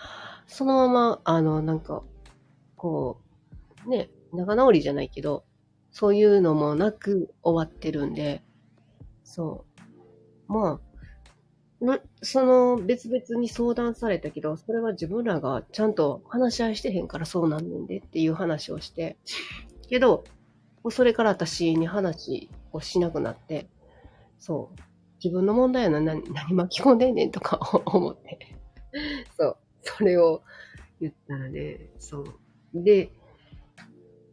S2: そのまま、あの、なんか、こう、ね、仲直りじゃないけど、そういうのもなく終わってるんで、そう。まあ、な、その別々に相談されたけど、それは自分らがちゃんと話し合いしてへんからそうなんねんでっていう話をして、けど、もうそれから私に話をしなくなって、そう、自分の問題やな、な何巻き込んでんねんとか 思って、そう、それを言ったらね、そう。で、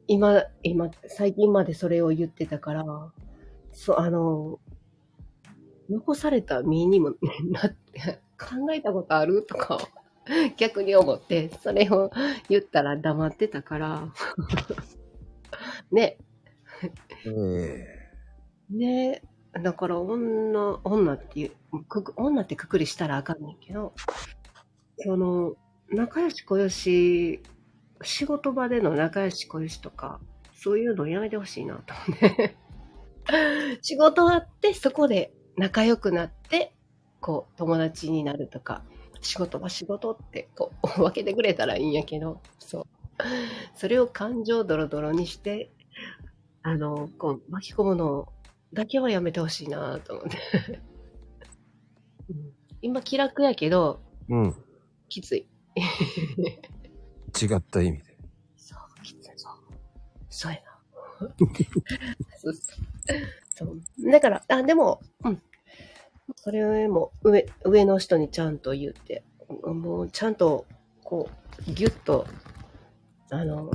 S2: 今、今、最近までそれを言ってたから、そう、あの、残された身にも なって、考えたことあるとかを 逆に思って、それを言ったら黙ってたから、 ね、
S1: え
S2: ね、だから女、女っていう、くく女ってくくりしたらあかんねんけど、その、仲良し小良し、仕事場での仲良し小良しとか、そういうのやめてほしいなと思って。 仕事あって、そこで仲良くなって、こう、友達になるとか、仕事は仕事って、こう、 分けてくれたらいいんやけど、そう。それを感情ドロドロにして、あの、こう、巻き込むのをだけはやめてほしいなと思って。うん今気楽やけど、
S1: うん。
S2: きつい。
S1: 違った意味で。
S2: そう、きつい。そう。そうやな。そうそうそう。だから、あ、でも、うん。それも上、上の人にちゃんと言って、もうちゃんと、こう、ぎゅっと、あの、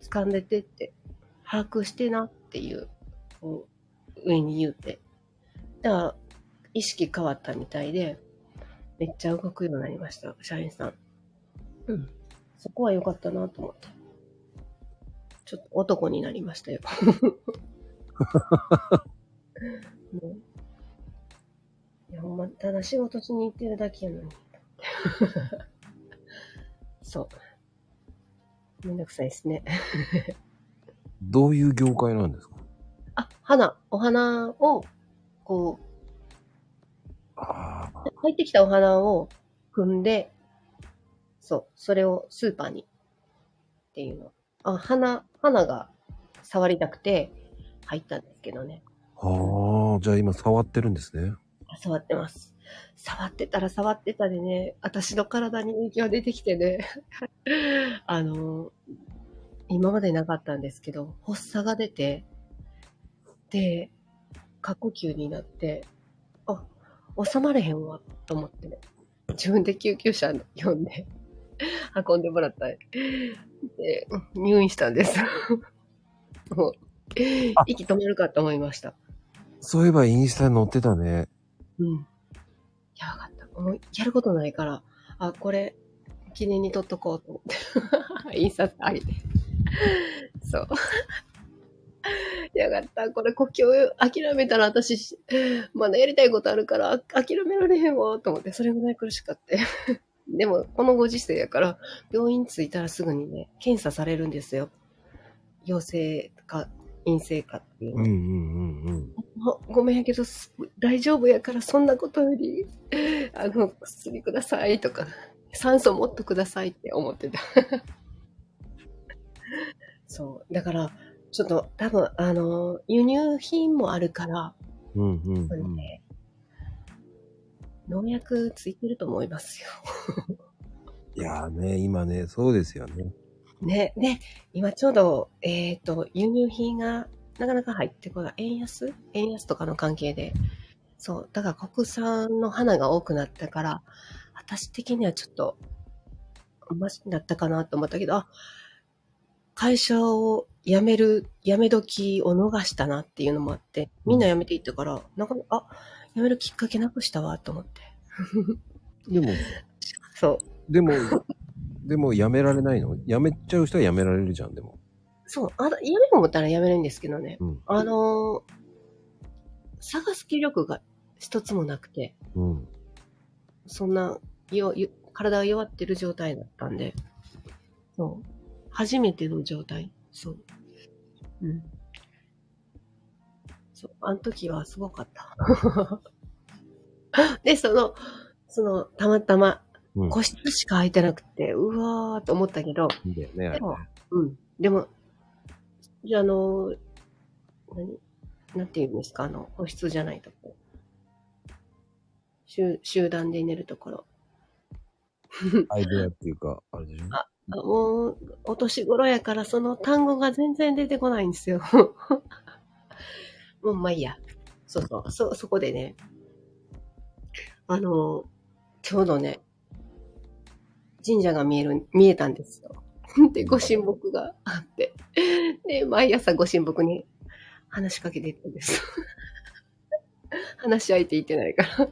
S2: 掴んでてって、把握してなっていう、こう上に言うて。だから、意識変わったみたいで、めっちゃ動くようになりました、社員さん。うん。そこは良かったなと思って。ちょっと男になりましたよ。もういや、ほんま、ただ仕事しに行ってるだけやのに。そう。めんどくさいですね。
S1: どういう業界なんですか
S2: あ、花、お花を、こ
S1: ああ。
S2: う、入ってきたお花を踏んで、そう、それをスーパーに、っていうの。あ、花、花が触りたくて入ったんですけどね。
S1: ああ、じゃあ今触ってるんですね。
S2: 触ってます。触ってたら触ってたでね、私の体に影響出てきてね、 あの、今までなかったんですけど、発作が出て、で、過呼吸になって、あ、収まれへんわ、と思って、自分で救急車呼んで、運んでもらった。で、入院したんです。 もう、息止めるかと思いました。
S1: そういえばインスタに載ってたね。
S2: うん。やばかった。もうやることないから、あ、これ、記念に撮っとこうと思って。 印刷あげて。そう。やがった。これ、呼吸諦めたら私し、まだやりたいことあるから、あ諦められへんわ、と思って、それぐらい苦しかった。 でも、このご時世やから、病院着いたらすぐにね、検査されるんですよ。陽性か、陰性かっていうの
S1: うんうんうんうん。
S2: あごめんやけど、す大丈夫やから、そんなことより、 あの、薬くださいとか、酸素もっとくださいって思ってた。 そう。だから、ちょっと、多分、あの、輸入品もあるから、
S1: うんうんうん。
S2: 農薬ついてると思いますよ。
S1: いやーね、今ね、そうですよね。
S2: ね、ね、今ちょうど、えっ、と、輸入品がなかなか入ってこない。円安円安とかの関係で。そう。だから国産の花が多くなったから、私的にはちょっと、マシになったかなと思ったけど、あ、会社を辞める、辞め時を逃したなっていうのもあって、みんな辞めていったから、なんか、あ、辞めるきっかけなくしたわと思って。
S1: でも、
S2: そう。
S1: でも、でもやめられないのやめちゃう人はやめられるじゃん、でも。
S2: そう、あだ辞めよう思ったら辞めるんですけどね。
S1: うん
S2: あのー探す気力が一つもなくて、
S1: うん。
S2: そんな、よ、よ体が弱ってる状態だったんで、そう。初めての状態。そう。うん。そう、あの時はすごかった。 で、その、その、たまたま、
S1: うん。
S2: 個室しか空いてなくて、うわーと思ったけど、
S1: いいんだよね、あ
S2: で
S1: れ。
S2: も、うん。でも、じゃあ、あの、何なんて言うんですかあの、個室じゃないとこ。集集団で寝るところ。
S1: アイデアっていうか、あれでしょ
S2: あもう、お年頃やからその単語が全然出てこないんですよ。 もう、まあいいや。そうそう、そ、そこでね。あの、ちょうどね、神社が見える、見えたんですよ。 で、ご神木があって。で、毎朝ご神木に話しかけていったんです。 話し相手いてないから。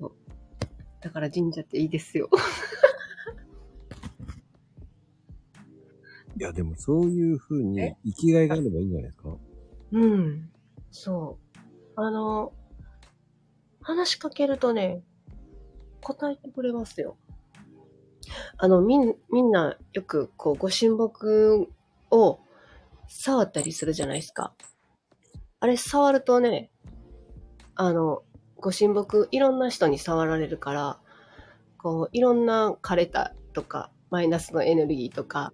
S2: そうだから神社っていいですよ。
S1: いや、でもそういうふうに
S2: え
S1: 生きがいがあればいいんじゃないですか
S2: うん。そう。あの、話しかけるとね、答えてくれますよ。あの、みん、みんなよく、こう、ご神木を触ったりするじゃないですか。あれ、触るとね、あの、ご神木、いろんな人に触られるから、こう、いろんな枯れたとか、マイナスのエネルギーとか、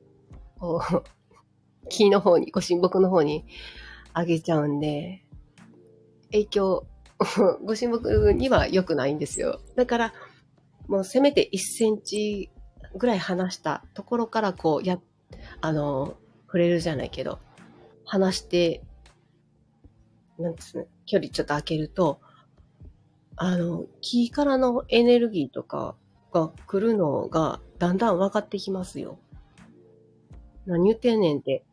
S2: こう、 木の方に、ご神木の方にあげちゃうんで、影響、 ご神木には良くないんですよ。だから、もうせめて1センチぐらい離したところからこう、や、あの、触れるじゃないけど、離して、なんですね、距離ちょっと開けると、あの、木からのエネルギーとかが来るのが、だんだん分かってきますよ。何言ってんねんって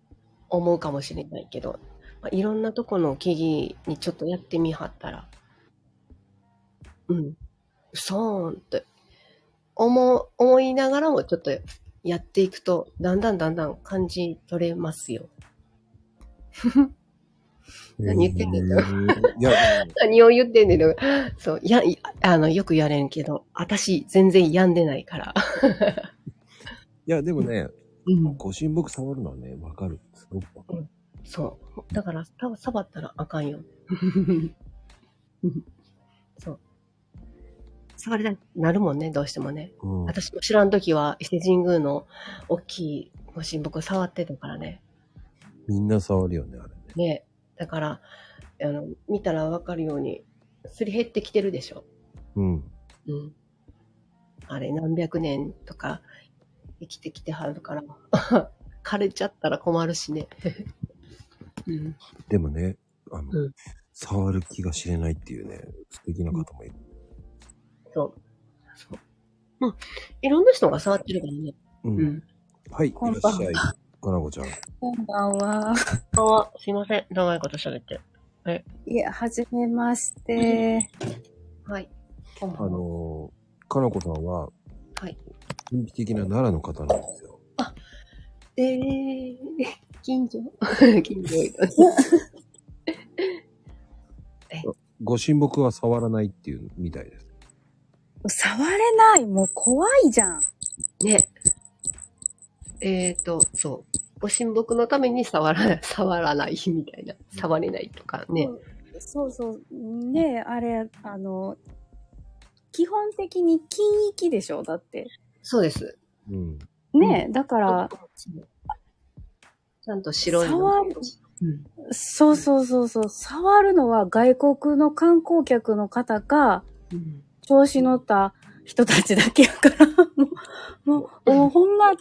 S2: 思うかもしれないけど、まあいろんなとこの木々にちょっとやってみはったら、うん、そうーんって思う、思いながらもちょっとやっていくと、だんだんだんだん感じ取れますよ。何言ってんだよ
S1: いや、でも
S2: 何を言ってんねん のそう、や、いあの、よく言われんけど、私全然病んでないから。
S1: いや、でもね、
S2: うん。
S1: ご神木触るのはね、わかる。すごくわかる。
S2: そう。だから、多分サバったらあかん よ。そう。触りたくなるもんね、どうしてもね。
S1: うん。
S2: 私も知らん時は伊勢神宮の大きいご神木を触ってたからね。
S1: みんな触るよね、あれね。
S2: ねだから、あの、見たらわかるように、すり減ってきてるでしょ。
S1: うん。
S2: うん。あれ、何百年とか生きてきてはるから、 枯れちゃったら困るしね。 うん。
S1: でもね、あの、
S2: うん
S1: 触る気が知れないっていうね、素敵な方もいる。
S2: そう。そう。うん。いろんな人が触ってるからね。
S1: うん。
S2: うん。
S1: はい、い
S8: こ
S1: ら
S8: んばん
S1: っ
S8: は
S1: しゃい。かなこちゃん。
S8: こんばんは。
S2: あは、すいません。長いこと喋って。
S8: いえ、はじめまして。
S2: はい。
S8: こんば
S1: あのー、かなこさんは、
S2: はい。
S1: 神秘的な奈良の方なんですよ。
S2: えー、 近所近所。
S1: ご神木は触らないっていうみたいです。
S8: 触れない。もう怖いじゃん。
S2: ね。えっ、ー、と、そう。ご神木のために触ら、触らない みたいな。触れないとかね。
S8: そうそう。ねえ、あれ、あの、基本的に禁域でしょだって。
S2: そうです。
S1: うん。
S8: ねえ、だから、
S2: そうちゃんと白いの。
S8: 触る、
S2: うん
S8: そうそうそうそう、触るのは外国の観光客の方か、
S2: うん
S8: 調子乗った人たちだけやから、 もう、もう、もうほんま、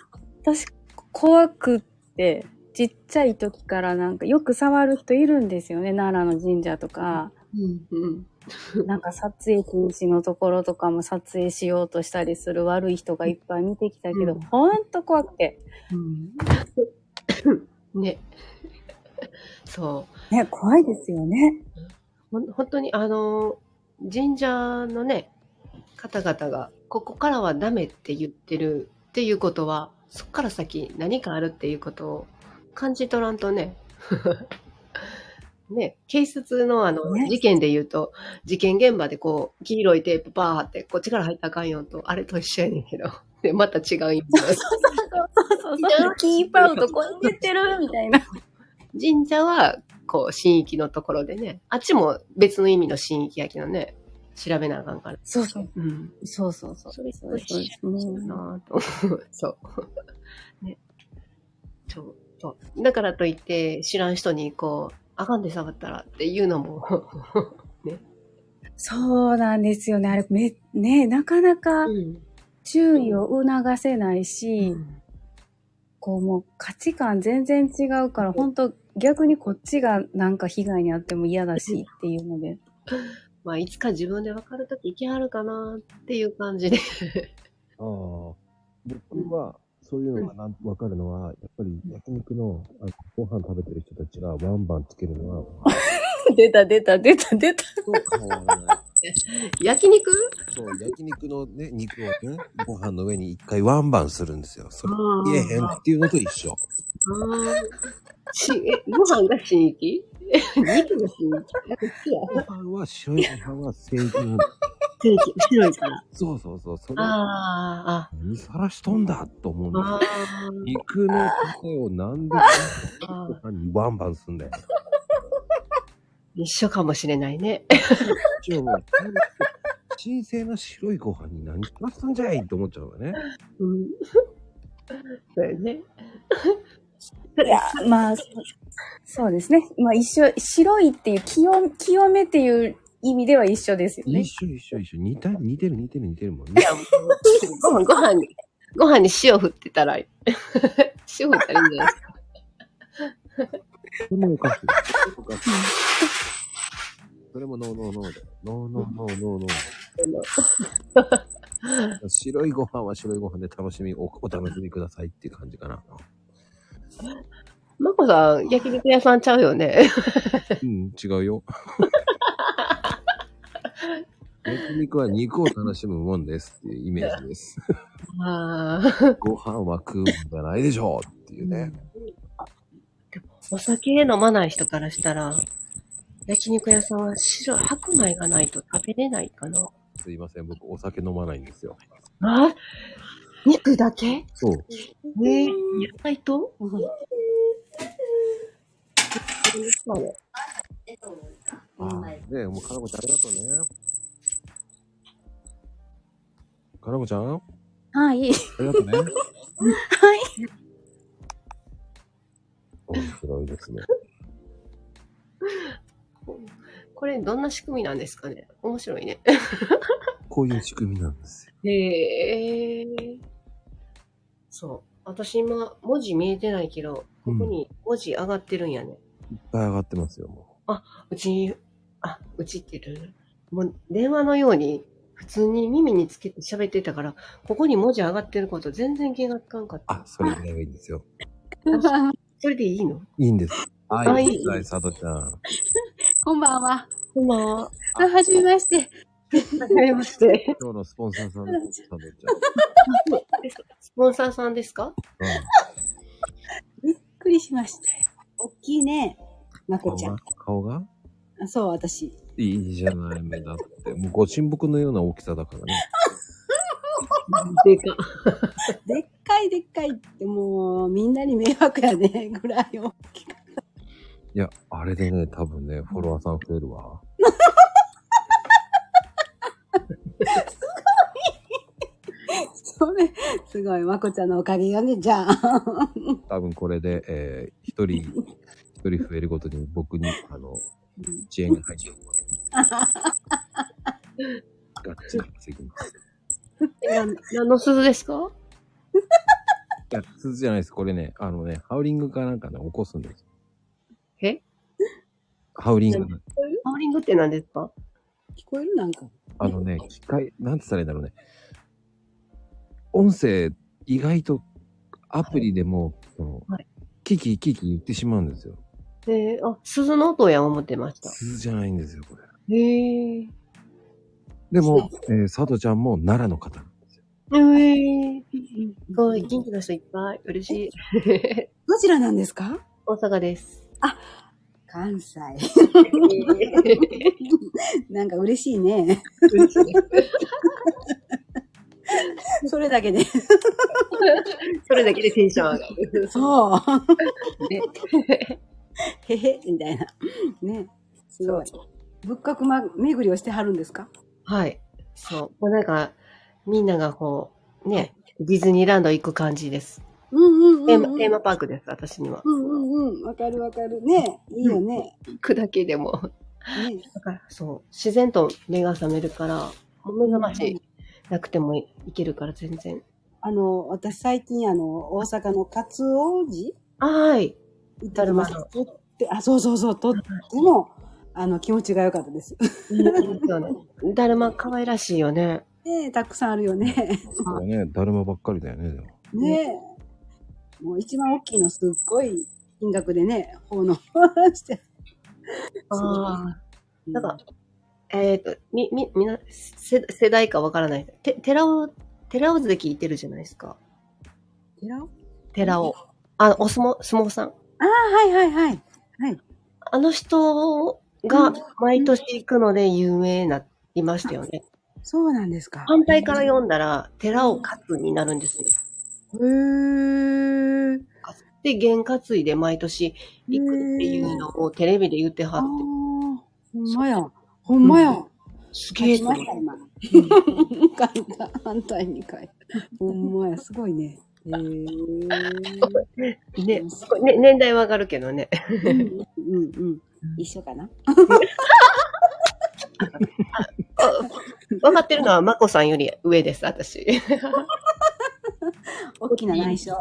S8: 私、怖くって、ちっちゃい時からなんか、よく触る人いるんですよね、奈良の神社とか、
S2: うんうん
S8: なんか撮影禁止のところとかも撮影しようとしたりする悪い人がいっぱい見てきたけ
S2: う
S8: ど
S2: ん、
S8: ほんと怖くて。
S2: うんね。そう。
S8: ね、怖いですよね。
S2: ほん本当にあの神社のね方々がここからはダメって言ってるっていうことはそこから先何かあるっていうことを感じ取らんとね ね警察のあの
S8: ね
S2: 事件で言うと、事件現場でこう黄色いテープバーってこっちから入ったらあかんよとあれと一緒やねんけど でまた違うよ
S8: そうそうそう。キーパウどこに出てるみたいな。
S2: 神社はこう神域のところでねあっちも別の意味の神域やけどね調べなあかんから
S8: そうそう。
S2: うん
S8: そうそうそう。
S2: それす
S8: そ
S2: ご
S8: う
S2: い
S8: そう
S2: 幸せだなぁと思う。そう。ね。そう。そう。だからといって、知らん人にこう、あかんで触ったらっていうのも、ね。
S9: そうなんですよね。あれ、め、ね、なかなか
S2: うん
S9: 注意を促せないし、
S2: うん
S9: こうもう価値観全然違うから、本当逆にこっちがなんか被害に遭っても嫌だしっていうので。
S2: まあ、いつか自分で分かるとき行きはるかなっていう感じで。
S1: ああ。僕は、そういうのがなんわかるのは、やっぱり焼肉のあのご飯食べてる人たちがワンバンつけるのは、
S9: 出た出た出た出た。
S1: そう変わらない。
S2: 焼肉
S1: そう、焼肉のね、肉をね、ご飯の上に一回ワンバンするんですよ。それ言えへんっていうのと一緒。
S2: ああ。し、え、ご飯が新駅肉が新駅
S1: ご飯は白いご飯は正義なんだ。
S2: 新駅、白いから。
S1: そうそうそう、それを
S2: あ
S1: 何さらしとんだと思うん
S2: あ、あ
S1: だよ。
S2: あ、
S1: 肉の手をなんで
S2: ああ
S1: ご飯にワンバンすんだよ。
S2: 一緒かもしれないね。
S1: 一応もう、神聖な白いご飯に何さらすんじゃいって思っちゃうわね。
S2: うん。そうよね。
S9: いや、まあ、そそうですね。まあ一緒、白いっていう、清清めっていう意味では一緒ですよね
S1: 一。緒一緒一緒。似た、似てる似てる似てるもんね。
S2: ご飯、ご飯に、ご飯に塩振ってたら、 塩振ったらいいんじゃない
S1: それもおかしい。おかしい。それもノーノーノーで。ノーノーノーノーノー。白いご飯は白いご飯で楽しみ、おお楽しみくださいっていう感じかな。
S2: まこさん、焼肉屋さんちゃうよね。
S1: うん、違う よ。焼肉は肉を楽しむもんですっていうイメージ です。
S2: ああ。
S1: ご飯は食うもんじゃないでしょうっていうね。
S2: お酒飲まない人からしたら、焼肉屋さんは白、白米がないと食べれないかな。
S1: すいません、僕お酒飲まないんですよ。
S2: あ肉だけね
S1: そう。
S2: え、野菜と
S1: あーねえ、もう、かなこちゃんありがとうね。かなこちゃんあ
S9: はい。
S1: りがとう ね。
S9: はい。
S1: 面白いですね。
S2: これどんな仕組みなんですかね面白いね。
S1: こういう仕組みなんですよ。
S2: へえ。そう。私今、文字見えてないけど、ここに文字上がってるんやね。
S1: いっぱい上がってますよ、も
S2: うち、あ、うちってる。もう電話のように、普通に耳につけて喋ってたから、ここに文字上がってること全然気がつかんかっ
S1: う。
S2: た。
S1: あ、それぐらいがいいんですよ。
S2: それでいいの
S1: いいんです。はい、
S2: はい
S1: はい、佐藤ちゃん。
S8: こんばんは。
S2: こんばんは。
S8: あはじめまして。
S2: はじめまして。
S1: 今日のスポンサーさんの佐藤ちゃん。
S2: スポンサーさんですか
S8: びっくりしましたよ。おっきいね。ま
S1: う
S8: こ
S1: ん、
S8: ちゃ
S1: 顔
S8: ん
S1: が。顔が
S8: あそう、私。
S1: いいじゃない、目立って。もうご神木のような大きさだからね。
S2: でか。
S8: でっかいでっかいって、もう、みんなに迷惑やね、ぐらいを。
S1: いや、あれでね、多分ね、フォロワーさん増えるわ。
S8: それ、すごい。まこちゃんのお かげがね、じゃあ。
S1: 多分これで、えー、一人、一人増えるごとに僕に、あの、遅延が入ってくる。ガッチリ稼ぎます。
S2: 何の鈴ですか
S1: いや、鈴じゃないです。これね、あのね、ハウリングかなんかね、起こすんです。
S2: え
S1: ハウリングなんです。
S2: ハウリングって何ですか
S8: 聞こえるなんか。
S1: あのね、機械、なんて言ったらいいんだろうね。音声、意外とアプリでも、その
S2: はい
S1: キキキキ言ってしまうんですよ。
S2: えー、あ、鈴の音や思ってました。
S1: 鈴じゃないんですよ、これ。
S2: へえ。
S1: でも、えー、佐藤ちゃんも奈良の方なんですよ。
S2: えー、すごい、元気な人いっぱい。嬉し い。
S8: どちらなんですか
S2: 大阪です。
S8: 関西。
S2: 嬉し
S8: なんか嬉しい
S2: い
S8: ね。 それだけで。
S2: それだけでテンション上がる。
S8: そう。
S2: ね
S8: へへ、みたいな。ね。すごい。仏閣ま巡りをしてはるんですか
S2: はい。そう。もうなんか、みんながこう、ね、ディズニーランド行く感じです。
S8: うんうんうん、
S2: テーマ、テーマパークです、私には。
S8: うんうんうん。わかるわかる。ね。いいよね。
S2: 行くだけでも
S8: ね
S2: だから、そう、自然と目が覚めるから、もう目覚ましなくてもいけるから全然。
S8: あの、私最近、あの、大阪の勝王寺
S2: はーい。
S8: 行ったりました
S2: だる。
S8: とって、あ、そうそうそう、とっても、あの、気持ちが良かった です。
S2: ですよね。だるま可愛らしいよね。
S8: ねえ、たくさんあるよね。
S1: そうだね、だるまばっかりだよね、でも。
S8: ねえ。もう一番大きいのすっごい金額でね、奉納して。
S2: ああ。なんか
S8: う、
S2: えっ、と、み、み、みな、せ世代かわからない。て、寺尾、寺尾図で聞いてるじゃないですか。
S8: ん、寺尾
S2: 寺尾。あ、お相撲、相撲さん。
S8: ああ、はいはいはい。
S2: あの人が毎年行くので有名になりましたよね。
S8: そうなんですか。
S2: 反対から読んだら、寺尾勝になるんですよ。
S8: へー。
S2: で、験担いで毎年行くっていうのをテレビで言っては
S8: ああ、
S2: って、
S8: ほんまや。ほんまや。
S2: す
S8: 書
S2: げえ
S8: き
S2: と
S8: ま
S2: 思
S8: し、
S2: った
S8: 今。書いた。反対に書いた。ほんまや、すごいね。へー。
S2: て。ね、すごいね年代は上がるけど ね。
S8: うんうんうん。一緒かな
S2: 分かってるのは、まこさんより上です、私。
S8: 大きな内緒。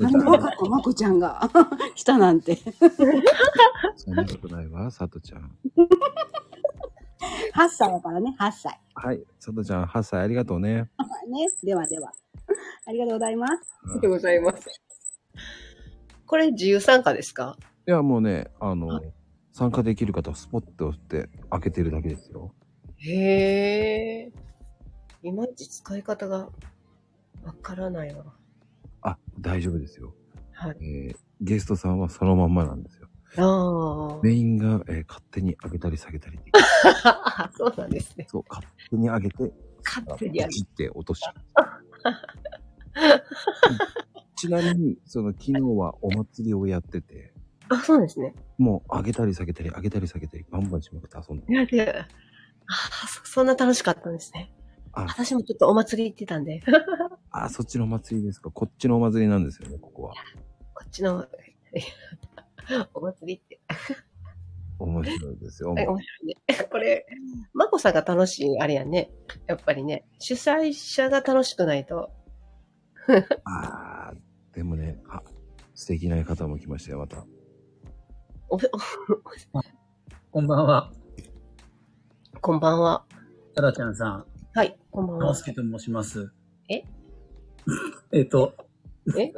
S8: なんで若子まこちゃんが来たなんて。
S1: そんなことないわ、さとちゃん。
S8: 8歳だからね、8歳。
S1: はい、さとちゃん、8歳ありがとうね。
S8: ね、ではでは。ありがとうございます。
S2: でございます。これ自由参加ですか
S1: いや、もうね、あの、参加できる方はスポッと押して開けてるだけですよ。
S2: へえ。いまいち使い方がわからないわ。
S1: あ、大丈夫ですよ。
S2: はい。
S1: えーゲストさんはそのまんまなんですよ。
S2: あ
S1: メインが、えー勝手に上げたり下げたり できる。
S2: あ。 そうなんですね。
S1: そう、勝手に上げて、
S2: 勝
S1: あ
S2: 手にあ
S1: ポチって落 としちゃうちなみに、その昨日はお祭りをやってて、
S2: あ、そうですね。
S1: もう上げたり下げたり上げたり下げたりバンバンしまくって遊んで。
S2: いや、いや、あそ、そんな楽しかったんですね。
S1: あ
S2: 私もちょっとお祭り行ってたんで、
S1: あ、そっちのお祭りですか。こっちのお祭りなんですよね、ここは。
S2: こっちの、 お祭りって、
S1: 面白いですよ。
S2: はい面白いね。これ、まこさんが楽しい、あれやね。やっぱりね、主催者が楽しくないと。
S1: ああ、でもね、あ、素敵な方も来ましたよ、また。
S2: おべ
S10: こんばんは。
S2: おこんばんは。
S10: タラちゃんさん、
S2: はい、こんばん
S10: 直
S2: は。
S10: 輔と申します。
S2: え
S10: えっと、
S2: え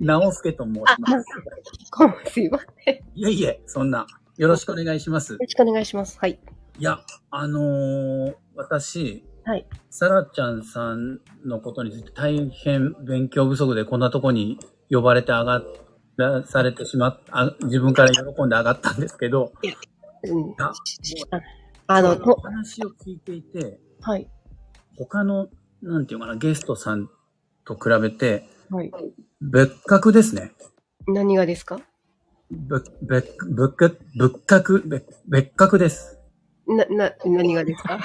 S10: 直輔と申します。
S2: こんばんは。すいません。よ
S10: いえいえ、そんな。よろしくお願いします。
S2: ろしくお願いします。はい。
S10: いや、あのー私、
S2: はい
S10: サラちゃんさんのことについて大変勉強不足でこんなとこに呼ばれて上がらされてしまっあ、自分から喜んで上がったんですけど、
S2: うん
S10: あ。
S2: あの、
S10: お
S2: と
S10: 話を聞いていて、
S2: はい。
S10: 他の、なんていうかな、ゲストさんと比べて、
S2: はい。
S10: 別格ですね。
S2: 何がですか
S10: ぶ、ぶ、ぶっか、ぶっかく、べ別格です。
S2: な、な、何がですか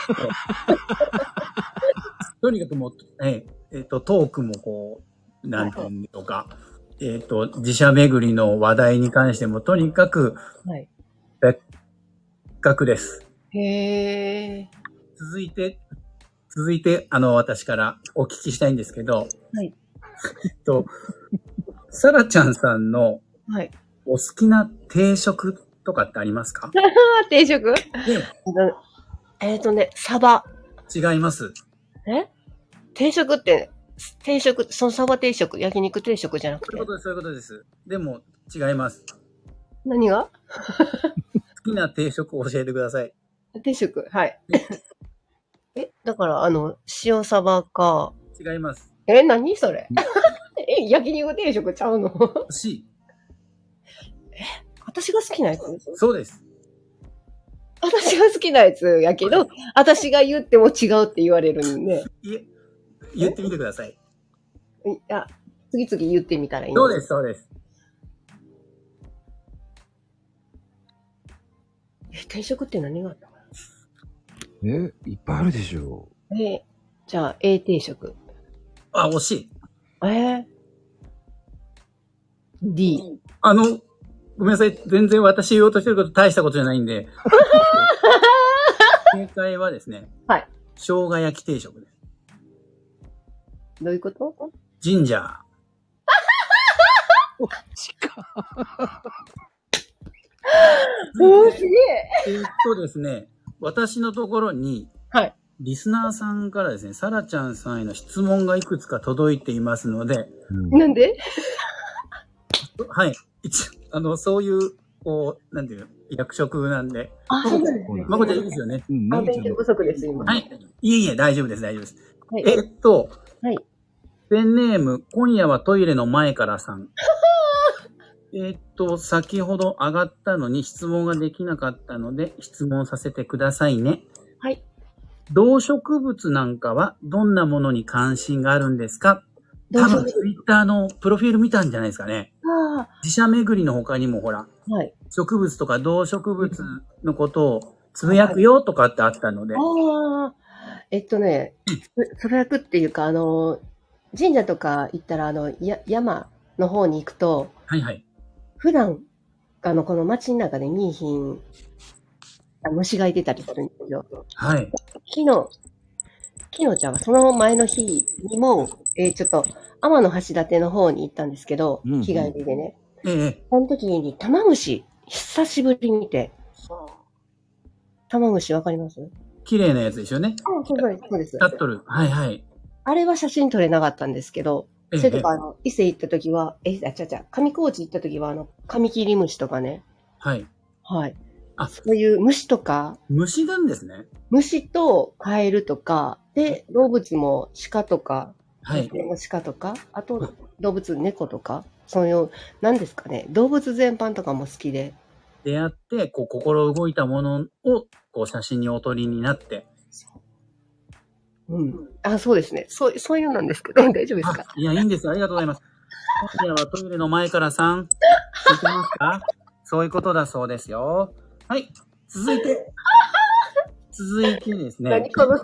S10: とにかくもう、えええっと、トークもこう、なんていうんでしょうか、えっと、自社巡りの話題に関しても、とにかく
S2: はい。
S10: 別格です。
S2: へー。
S10: 続いて、続いて、あの、私からお聞きしたいんですけど、
S2: はい。
S10: えっと、サラちゃんさんの
S2: はい。
S10: お好きな定食とかってありますか
S2: あ、定食あのえっ、とね、サバ。
S10: 違います。
S2: え定食って、定食、そのサバ定食、焼肉定食じゃなく
S10: そう
S2: て
S10: いうこ。とです、そういうことです。でも、違います。
S2: 何が
S10: 好きな定食を教えてください。
S2: 定食はい。 え、だから、あの、塩サバか。
S10: 違います。
S2: え、何それ え、焼肉定食ちゃうの
S10: 惜しい。
S2: 私が好きなやつ
S10: そうです。
S2: 私が好きなやつやけど、私が言っても違うって言われるんで。
S10: いえ、言ってみてください。
S2: いや、次々言ってみたらいいの
S10: そうです、そうです。
S2: え、定食って何があったか
S1: え、いっぱいあるでしょ。
S2: なえ、じゃあ、A 定食。
S10: あ、惜しい。
S2: えー、D。
S10: あの、ごめんなさい。全然私言おうとしてること大したことじゃないん で。正解はですね。
S2: はい。
S10: 生姜焼き定食です。
S2: どういうこと
S10: ジンジャー。
S2: おー、すげえ
S10: えーっとですね、私のところに、
S2: はい
S10: リスナーさんからですね、サラちゃんさんへの質問がいくつか届いていますので、
S2: なんで
S10: はい。一あの、そういう、こう、なんていうの、役職なんで。
S2: あ、そうなんです
S1: そうだ
S10: まこちゃんいいですよね。
S1: うん、
S2: あ、
S1: な
S2: 勉強不足です、今。
S10: はい。いえいえ、大丈夫です、大丈夫です。
S2: はい
S10: えーっと、
S2: はい
S10: ペンネーム、今夜はトイレの前から さん。えーっと、先ほど上がったのに質問ができなかったので、質問させてくださいね。
S2: はい。
S10: 動植物なんかはどんなものに関心があるんですか多分、ツイッターのプロフィール見たんじゃないですかね。
S2: あ
S10: 自社巡りの他にもほら、
S2: あ、はい。
S10: 植物とか動植物のことをつぶやくよとかってあったので、
S2: ああ、えっとね、つつぶやくっていうか、あの、神社とか行ったら、あの、や山の方に行くと、
S10: はいはい。
S2: 普段、あの、この街の中で見えひん、あ虫がいてたりするんですよ。
S10: はい。
S2: 昨日、昨日ちゃんはその前の日にも、えーちょっと、天の橋立の方に行ったんですけど、
S1: うんうん
S2: 日帰りでね。
S10: ええ、
S2: その時に、玉虫、久しぶりに見て。玉虫わかります
S10: 綺麗なやつですよね。
S2: あそうです。そうです
S10: タットル。はいはい。
S2: あれは写真撮れなかったんですけど、
S10: ええ
S2: それとか、あの、伊勢行った時は、え、あ、ちゃちゃ、上高地行った時は、あの、カミキリムシとかね、
S10: はい。
S2: はい。
S10: あ
S2: そういう虫とか、
S10: 虫なんですね。
S2: 虫とカエルとか、で、動物も鹿とか、
S10: はい。
S2: の鹿とか、あと動物、猫とか、そういう、何ですかね、動物全般とかも好きで、
S10: 出会って、こう、心動いたものを、こう、写真にお撮りになって。
S2: うん。あ、そうですね。そう、そういうのなんですけど、大丈夫です
S10: あ
S2: か、
S10: いや、いいんです。ありがとうございます。今夜はトイレの前からさん、聞いてますかそういうことだそうですよ。はい。続 いて。続いてですね。
S2: 何この制度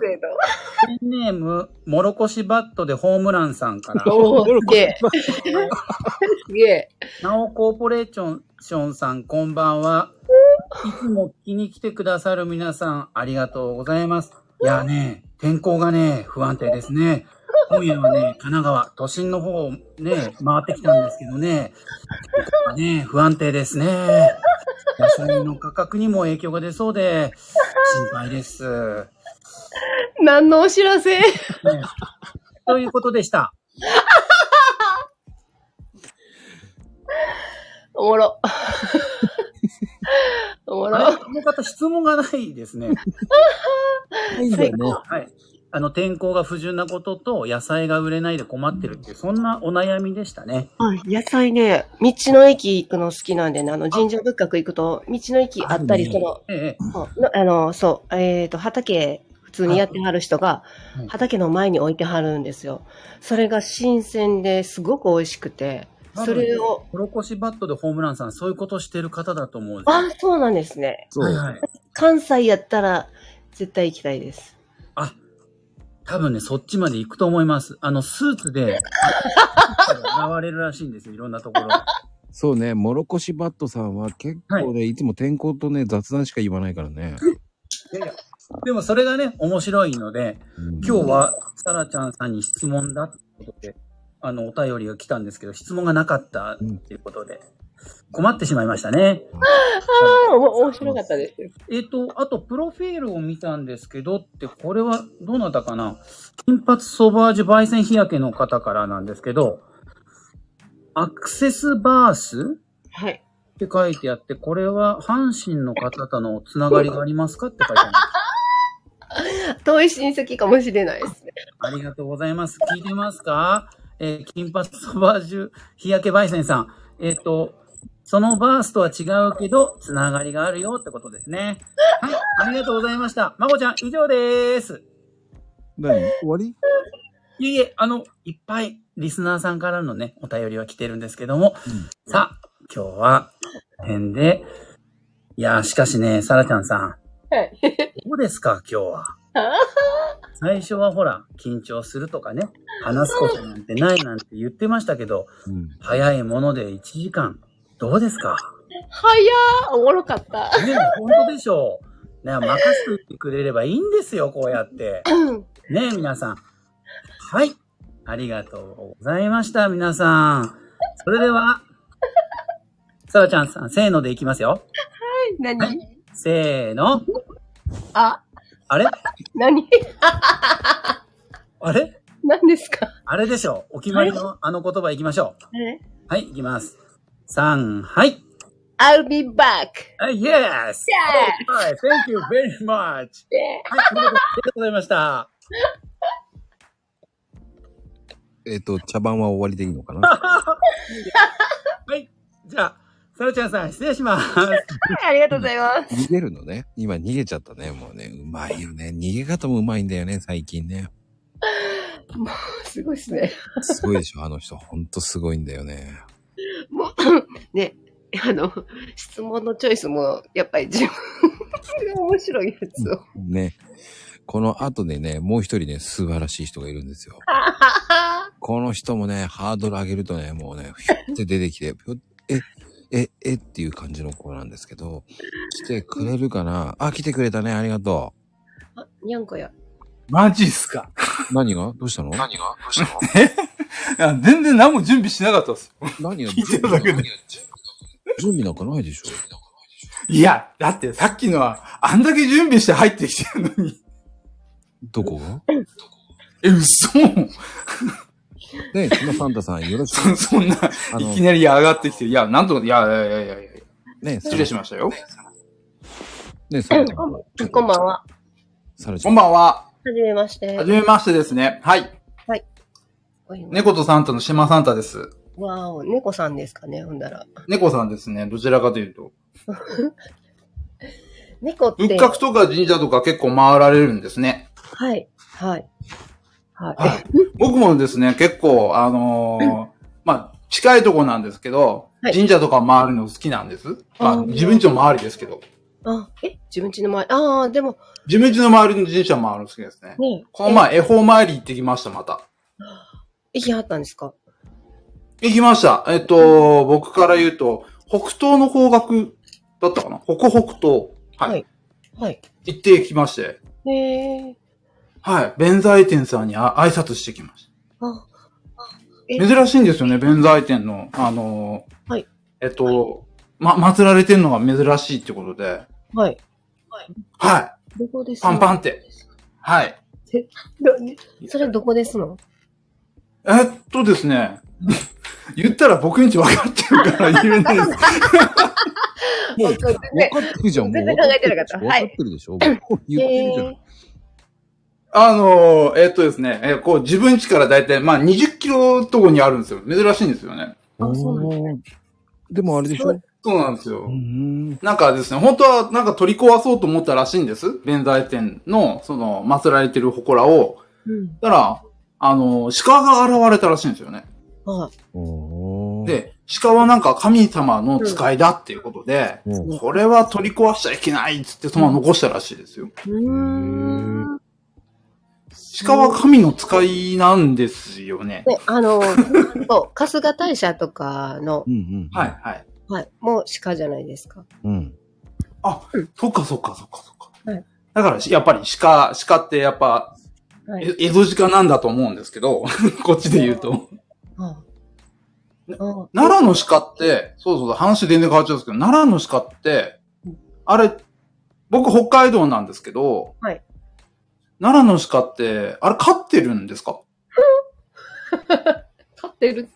S10: ペンネーム、もろこしバットでホームランさんから、
S2: おー、すげえ。すげえ。
S10: なおコーポレーションさん、こんばんは。いつも聞きに来てくださる皆さん、ありがとうございます。いやね、天候がね、不安定ですね。今夜はね、神奈川、都心の方をね、回ってきたんですけどね、ここがね、不安定ですね。野菜の価格にも影響が出そうで、心配です。
S2: 何のお知らせ
S10: ねということでした。
S2: おも ろ。おも
S10: あれ
S2: ろ。
S10: この方質問がないですね。
S1: いんだよね。
S10: はい。あの、天候が不順なことと、野菜が売れないで困ってるっていう、そんなお悩みでしたね。
S2: 野菜ね、道の駅行くの好きなんでね、あの、神社仏閣行くと、道の駅あったり、
S10: あ
S2: その、
S10: ええ、
S2: そうのあの、そう、えっ、と、畑、普通にやってはる人が
S10: はい、
S2: 畑の前に置いてはるんですよ。それが新鮮ですごく美味しくて、それを、
S10: コロコシバットでホームランさん、そういうことしてる方だと思うんですよ
S2: あ、そうなんですね。
S1: そ。
S10: はいうはい。
S2: 関西やったら、絶対行きたいです。
S10: あ、多分ね、そっちまで行くと思います。あの、スーツで、現れるらしいんですよ、いろんなところ。
S1: そうね、もろこしバットさんは結構ね、いつも天候とね、雑談しか言わないからね。
S10: でもそれがね、面白いので、今日は、サラちゃんさんに質問だってことで、あの、お便りが来たんですけど、質問がなかったっていうことで、困ってしまいましたね。
S2: あ、面白かったです。
S10: えっ、と、あと、プロフィールを見たんですけどって、これはどなたかな金髪ソバージュ焙煎日焼けの方からなんですけど、アクセスバース
S2: はい。
S10: って書いてあって、これは阪神の方とのつながりがありますかって書いてある。
S2: 遠い親戚かもしれないですね。
S10: ありがとうございます。聞いてますかえー金髪ソバージュ日焼け焙煎さん。えっ、と、そのバースとは違うけど、つながりがあるよってことですね。はい、ありがとうございました。まこちゃん、以上です。
S1: 何終わり
S10: いえいえ、あの、いっぱいリスナーさんからのね、お便りは来てるんですけども、さあ、今日は、この辺で、いやー、しかしね、サラちゃんさん。
S2: はい
S10: どうですか、今日は。最初はほら、緊張するとかね、話すことなんてないなんて言ってましたけど、
S1: うん。
S10: 早いもので1時間、どうですか
S2: 早ーおもろかった。
S10: ね、本当でしょう。ね、任せてくれればいいんですよ、こうやって。ね、皆さん。はい。ありがとうございました、皆さん。それでは、さわちゃんさん、せーのでいきますよ。
S2: 何
S10: せーの。
S2: あ、
S10: あれ
S2: 何
S10: あれ
S2: 何ですか
S10: あれでしょう。お決まりのあの言葉いきましょう。
S2: え
S10: はい、いきます。3、はい。
S2: ?I'll be back!
S10: あ yes!
S2: Yes!
S10: Hi, thank you very much! はい、ありがとうございました。
S1: えっ、と、茶番は終わりでいいのかな
S10: はい。じゃあ、さらちゃんさん、失礼します。
S2: はい、ありがとうございます。
S1: 逃げるのね。今逃げちゃったね。もうね、うまいよね。逃げ方もうまいんだよね、最近ね。
S2: すごいですね。
S1: すごいでしょ、あ の人。ほんとすごいんだよね。
S2: もう、 ね、あの、質問のチョイスも、やっぱり自分 が面白いやつを。
S1: ね。この後でね、もう一人ね、素晴らしい人がいるんですよ。この人もね、ハードル上げるとね、もうね、ひょって出てきて、ひょえ、え、えっていう感じの子なんですけど、来てくれるかなあ、来てくれたね、ありがと
S2: あ、 にゃんこや。
S11: マジっすか。
S1: う。何がどうしたの何がどうしたの
S11: いや全然何も準備しなかったっす。
S1: 何が
S11: 聞いてるだけで
S1: 準備なんかないでしょ
S11: いや、だってさっきのは、あんだけ準備して入ってきてるのに。
S1: どこが
S11: え、嘘
S1: ねえ、島サンタさん、よろし
S11: そ
S1: く。
S11: そんな、
S1: あの
S11: いきなり上がってきて、いや、なんとか、いや、いやいやいやいや、
S1: ねえ、
S11: 失礼しましたよ。
S1: ねえ、サラちゃん。
S2: こんばんは。
S1: サラちゃ
S11: こ
S1: ん
S11: ん。ばんは。
S2: はじめまし
S11: は
S2: て。
S11: じめましてですね。はい。
S2: ね、
S11: 猫とサンタの島サンタです。
S2: わお、猫さんですかね、ほんだら。
S11: 猫さんですね。どちらかというと。
S2: 猫って。
S11: 仏閣とか神社とか結構回られるんですね。
S2: はい、はい。はい。
S11: はい。 僕もですね、結構、あのーまあ、近いとこなんですけど、
S2: はい
S11: 神社とか回るの好きなんです。まあ、
S2: うん
S11: 自分家の周りですけど。
S2: あ、え、自分家の前、ああ、でも、
S11: 自分家の周りの神社回るの好きですね。
S2: ね、
S11: この前、恵方参り行ってきました、また。
S2: 行きはったんですか
S11: 行きました。えっと、僕から言うと、北東の方角だったかな北北東。はい。
S2: はいはい。
S11: 行ってきまして。
S2: へえ。
S11: はい。弁財天さんにあ挨拶してきまし
S2: あ、
S11: た。珍しいんですよね、弁財天の、あのー
S2: はい
S11: えっと、ま、祀られてるのが珍しいってことで、
S2: はい。
S11: は
S2: どこで
S11: い。
S2: す
S11: パンパ
S2: ン。
S11: ンって。はい。
S2: どそれどこですの
S11: えっとですね、 言ったら僕んち分かってるから言えないです。
S1: もう、
S2: わ
S1: 分か
S2: かんない
S1: ってるじゃん、もう。
S2: 全然考えてなかった
S1: 分かってるでしょ。分かってるでしょもう言ってるじゃ
S2: へ
S1: ん。
S11: あのーえっとですね、えこう自分家からだいたい、まあ、20キロとこにあるんですよ。珍しいんですよね。
S2: あそうなん
S1: でもあれでしょ
S11: そうなんです
S1: う
S11: よ。
S1: ん。
S11: なんかですね、本当はなんか取り壊そうと思ったらしいんです。弁財天の、その、祀られてる祠を。
S2: うん。
S11: たら、あの、鹿が現れたらしいんですよね。
S2: はい。
S1: おー、
S11: で、鹿はなんか神様の使いだっていうことで、
S1: うん
S11: これは取り壊しちゃいけないっつってそのまま残したらしいですよ。
S2: うーん。
S11: 鹿は神の使いなんですよね。
S2: で、あの、 そう、春日大社とかの
S1: う、んうん。
S11: はい、。はい。
S2: はい、もう鹿じゃないですか。
S1: うん。
S11: あ、そっかそっかそっかそっか。
S2: はい
S11: だから、やっぱり鹿、鹿ってやっぱ、
S2: はい
S11: えエゾ鹿なんだと思うんですけど、 こっちで言うと。
S2: ああ。
S11: 奈良の鹿って、そうそうそう、話全然変わっちゃうんですけど、奈良の鹿って、あれ、僕北海道なんですけど、
S2: はい
S11: 奈良の鹿って、あれ飼ってるんですか
S2: 飼ってる。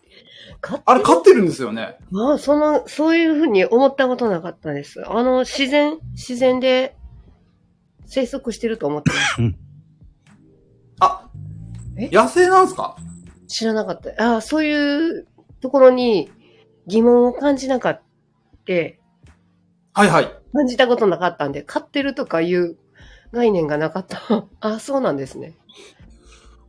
S2: 飼ってる
S11: あれ飼ってるんですよね。
S2: まあ、その、そういうふうに思ったことなかったです。あの、自然、自然で生息してると思ってまし
S11: あ
S2: え、
S11: 野生なんですか
S2: た知らなかった。ああ、そういうところに疑問を感じなかって、
S11: はいはい。
S2: 感じたことなかったんで、飼ってるとかいう概念がなかった。 ああ、そうなんですね。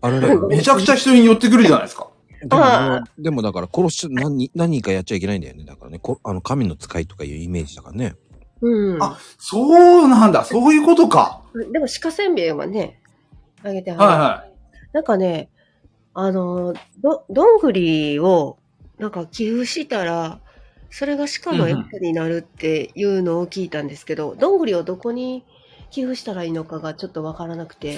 S1: あれだよ
S11: めちゃくちゃ人に寄ってくるじゃないですか。
S1: でも
S2: あ
S1: でもだから殺しちゃ、何、何人かやっちゃいけないんだよね。だからね、こあの、神の使いとかいうイメージだからね。
S2: うん。
S11: あそうなんだ、そういうことか。
S2: でも鹿せんべいはね、あげてはる
S11: はいはい。
S2: なんかね、あの、ど、どんぐりを、なんか寄付したら、それが鹿の餌になるっていうのを聞いたんですけど、どんぐりをどこに寄付したらいいのかがちょっとわからなくて。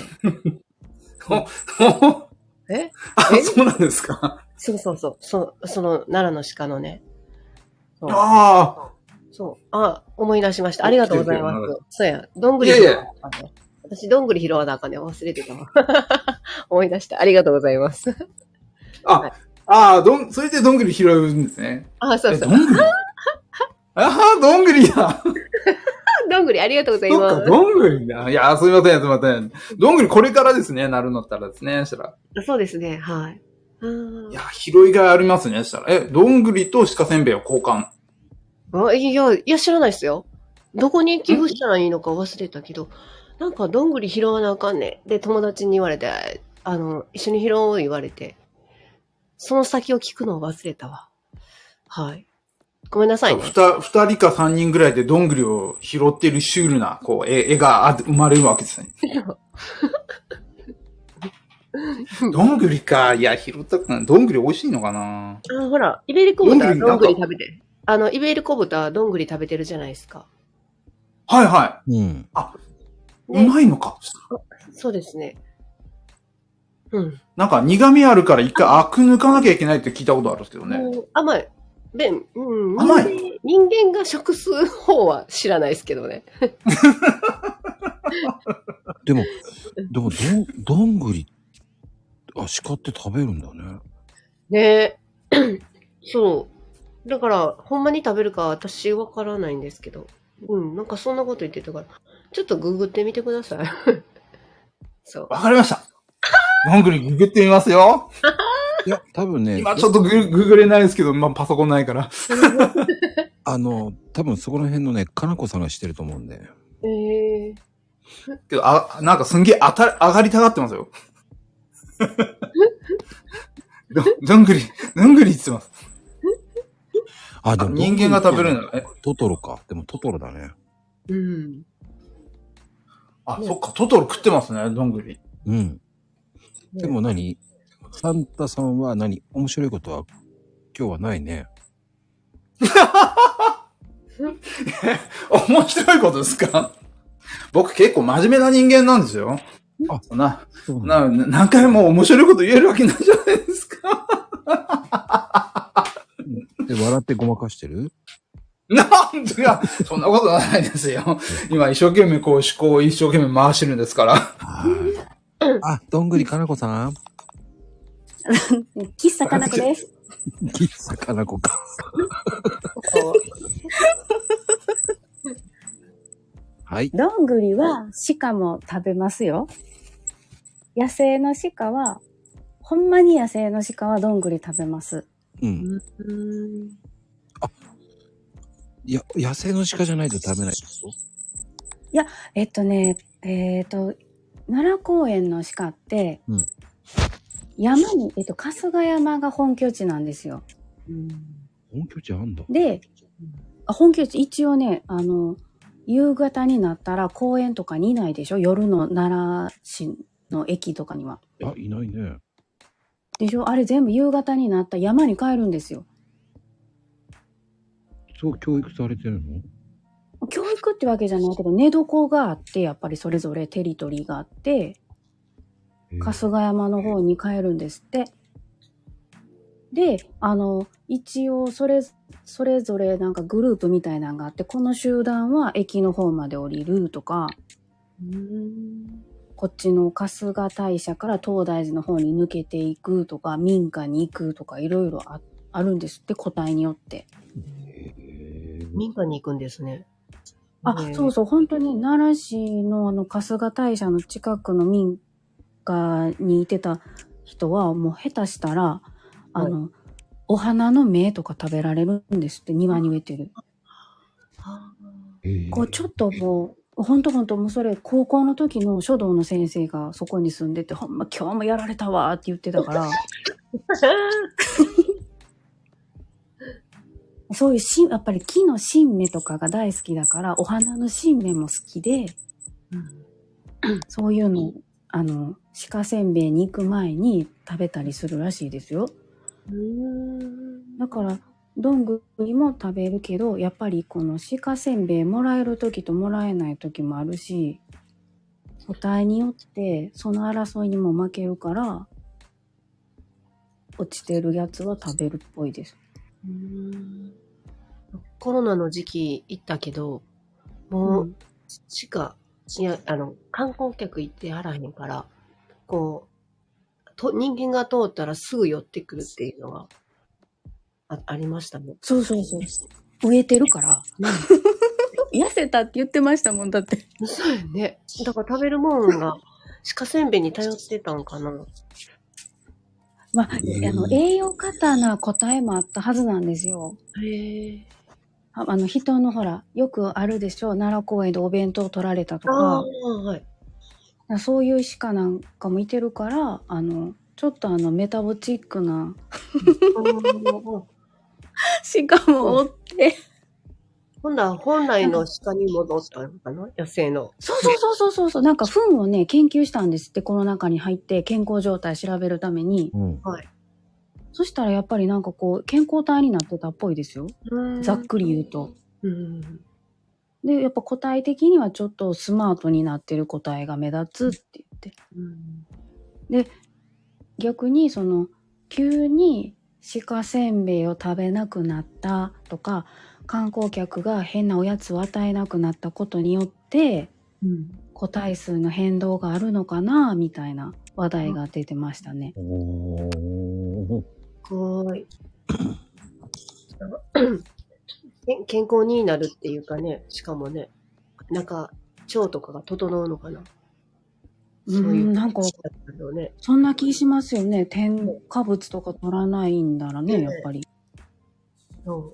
S7: え
S11: あ
S7: え、
S11: そうなんですか。
S2: そうそうそう。そその、奈良の鹿のね。そう
S11: あ
S2: そう。あ、思い出しました。ありがとうございま
S11: 来てる
S2: す。そうや。どんぐり
S11: いやいや
S2: 拾わなあかんね私、どんぐり拾わなあかんね忘れてたわ。 思い出した。ありがとうございます。
S11: あ、あ、ああ、どん、それでどんぐり拾うんですね。
S2: あ、そう
S11: え、
S2: そ
S11: ど
S2: う。
S11: んぐりああ、どんぐりだ。
S2: どんぐりありがとうござい
S11: そ
S2: ま
S11: っか、
S2: す。
S11: どんぐりだ。いや、すみません、すみません。どんぐりこれからですね、なるのったらですね、したら。
S2: そうですね。はい。あ
S11: い
S2: ー
S11: や、拾いがいありますね、したら。え、どんぐりと鹿せんべいを交換。
S2: あいや、いや、知らないですよ。どこに寄付したらいいのか忘れたけど、なんか、どんぐり拾わなあかんねん。で、友達に言われて、あの、一緒に拾おう言われて、その先を聞くのを忘れたわ。はい。ごめんなさいね。
S11: ふた、二人か三人ぐらいでどんぐりを拾ってるシュールな、こう、絵、絵があ生まれるわけ ですね。どんぐりか。いや、拾ったくない。どんぐり美味しいのかな
S2: あほら、イベリコ豚は
S11: ど
S2: ど
S11: ん
S2: ん
S11: ぐ
S2: ぐ
S11: り
S2: り食べてる。あの、イベリコ豚はどんぐり食べてるじゃないですか。
S11: はいは
S12: うん。
S11: い。
S2: ね
S11: うまいのか。
S2: そうですね。うん。
S11: なんか苦味あるから一回アク抜かなきゃいけないって聞いたことあるんですけどね。
S2: もう甘い。で、うん、人
S11: 甘い
S2: 間人間が食す方は知らないですけどね。
S12: でも、でも、どん、どんぐり、あ、鹿って食べるんだね。
S2: ね えそう。だから、ほんまに食べるか私わからないんですけど。うん、なんかそんなこと言ってたから。ちょっとググってみてください。 そう。
S11: わかりま した。どんぐりググってみますよ。
S12: いや、多分ね、
S11: 今ちょっとグググれないですけど、まあパソコンないから。
S12: あの、多分そこら辺のね、かなこさんがしてると思うんで。
S2: ええ
S11: けど、あ、なんかすんげえ当たり、上がりたがってますよ。ど、どんぐり、どんぐりって言ってます。
S12: あ、で
S11: あ
S12: も
S11: 人間が食べるんだ。え、
S12: トトロか。でもトトロだね。
S13: うん。
S11: あ、そっか、トトロ食ってますね、どんぐり。
S12: うん。でも何サンタさんは何面白いことは今日はないね。
S11: 面白いことですか僕結構真面目な人間なんですよ。
S12: あ
S11: そんな、
S12: そうなんだ
S11: な、何回も面白いこと言えるわけないじゃないですか。
S12: で、笑ってごまかしてる
S11: なんでや、そんなことはないですよ。今一生懸命こう思考を一生懸命回してるんですから。
S12: はいあ、どんぐりかなこさん
S8: 喫茶かなこです。
S12: 喫茶かなこか。はい。
S8: どんぐりは鹿も食べますよ。野生の鹿は、ほんまに野生の鹿はどんぐり食べます。
S12: うん。いや、野生の鹿じゃないと食べないでしょ
S8: えっとね、えっ、と、奈良公園の鹿って、
S12: うん
S8: 山に、えっと、春日山が本拠地なんですよ。
S12: 本拠地あんだ。
S8: で、あ本拠地、一応ね、あの、夕方になったら公園とかにいないでしょ夜の奈良市の駅とかには。
S12: あ、いないね。
S8: でしょあれ全部夕方になったら山に帰るんですよ。
S12: そう、教育されてるの
S8: 教育ってわけじゃないけど、寝床があって、やっぱりそれぞれテリトリーがあって、
S12: えー
S8: 春日山の方に帰るんですって。で、あの、一応それ、それぞれなんかグループみたいなのがあって、この集団は駅の方まで降りるとか、こっちの春日大社から東大寺の方に抜けていくとか、民家に行くとか、いろいろああるんですって、個体によって。
S12: えー
S2: 民家に行くんですね。
S8: あ、そう そう、本当に奈良市のあの春日大社の近くの民家にいてた人は、もう下手したら、あの、お花の芽とか食べられるんですって、庭に植えてる。
S12: えー
S8: こう、ちょっともう、ほんとほんと、もうそれ、高校の時の書道の先生がそこに住んでて、ほんま今日もやられたわーって言ってたから、そういうしん、やっぱり木の新芽とかが大好きだから、お花の新芽も好きで、そういうの、あの、鹿せんべいに行く前に食べたりするらしいですよ。だから、どんぐりも食べるけどやっぱりこの鹿せんべいもらえる時ともらえない時もあるし個体によってその争いにも負けるから落ちてるやつは食べるっぽいです。
S2: うーんコロナの時期行ったけど、もう、しか、いや、あの、観光客行ってはらへんから、こう、と人間が通ったらすぐ寄ってくるっていうのが、あありましたね。
S8: そうそうそう。植えてるから。 痩せたって言ってましたもんだって。
S2: そうや ね。だから食べるもんが、鹿せんべいに頼ってたんかな。
S8: まあ、あの栄養過多な答えもあったはずなんですよ。
S2: へえ。
S8: ああの人のほらよくあるでしょ奈良公園でお弁当取られたと
S2: あ
S8: か
S2: あ、はい。
S8: そういう鹿なんかもいてるからあのちょっとあのメタボチックな鹿もおって
S2: ほんなら本来の鹿に戻ったのかな野生の。
S8: そうそうそうそうそうそうなんか糞をね研究したんですってこの中に入って健康状態調べるために
S12: うん。
S8: そしたらやっぱりなんかこう健康体になってたっぽいですよざっくり言うと。
S2: うん。
S8: でやっぱ個体的にはちょっとスマートになってる個体が目立つって言って。
S2: うん。
S8: 逆にその急に鹿せんべいを食べなくなったとか観光客が変なおやつを与えなくなったことによって
S2: うん
S8: 個体数の変動があるのかなみたいな話題が出てましたね。
S12: おー
S2: すごい。 健健康になるっていうかね、しかもね、なんか、腸とかが整うのかな。そういうう。
S8: んなんか
S2: ね、
S8: そんな気しますよね添加物とか取らないんだらねやっぱり。
S2: そう。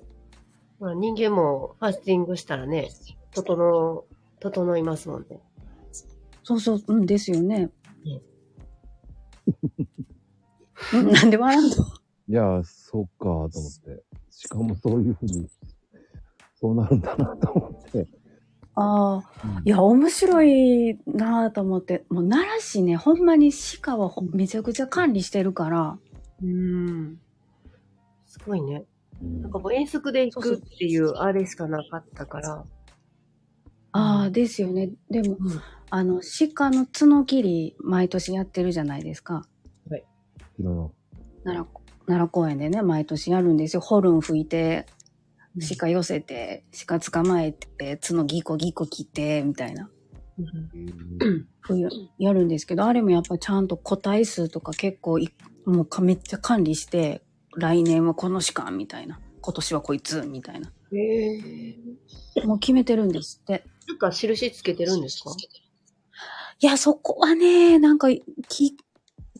S2: まあ、人間もファスティングしたらね、整う、整いますもんね。
S8: そうそう、うんですよね
S2: ね。
S8: うんなんで笑うの
S12: いや、そっか、と思って。しかもそういうふうに、そうなるんだな、と思って。
S8: ああ、いや、面白いなぁと思って、もう奈良市ね、ほんまに鹿はほめちゃくちゃ管理してるから、
S2: うん。すごいね。
S12: うん
S2: なんかもう遠足で行くっていうあれしかなかったから。
S8: ああ、ですよね。でも、
S2: うん
S8: あの、鹿の角切り、毎年やってるじゃないですか。
S12: 昨日の。
S8: 奈良、奈良公園でね、毎年やるんですよ。ホルン吹いて、鹿寄せて、鹿捕まえて、角ギコギコ切って、みたいな。冬やるんですけど、あれもやっぱちゃんと個体数とか結構い、もうかめっちゃ管理して、来年はこの鹿みたいな、今年はこいつみたいな。
S2: へえ。
S8: もう決めてるんですって。
S2: なんか印つけてるんですか
S8: いや、そこはね、なんかき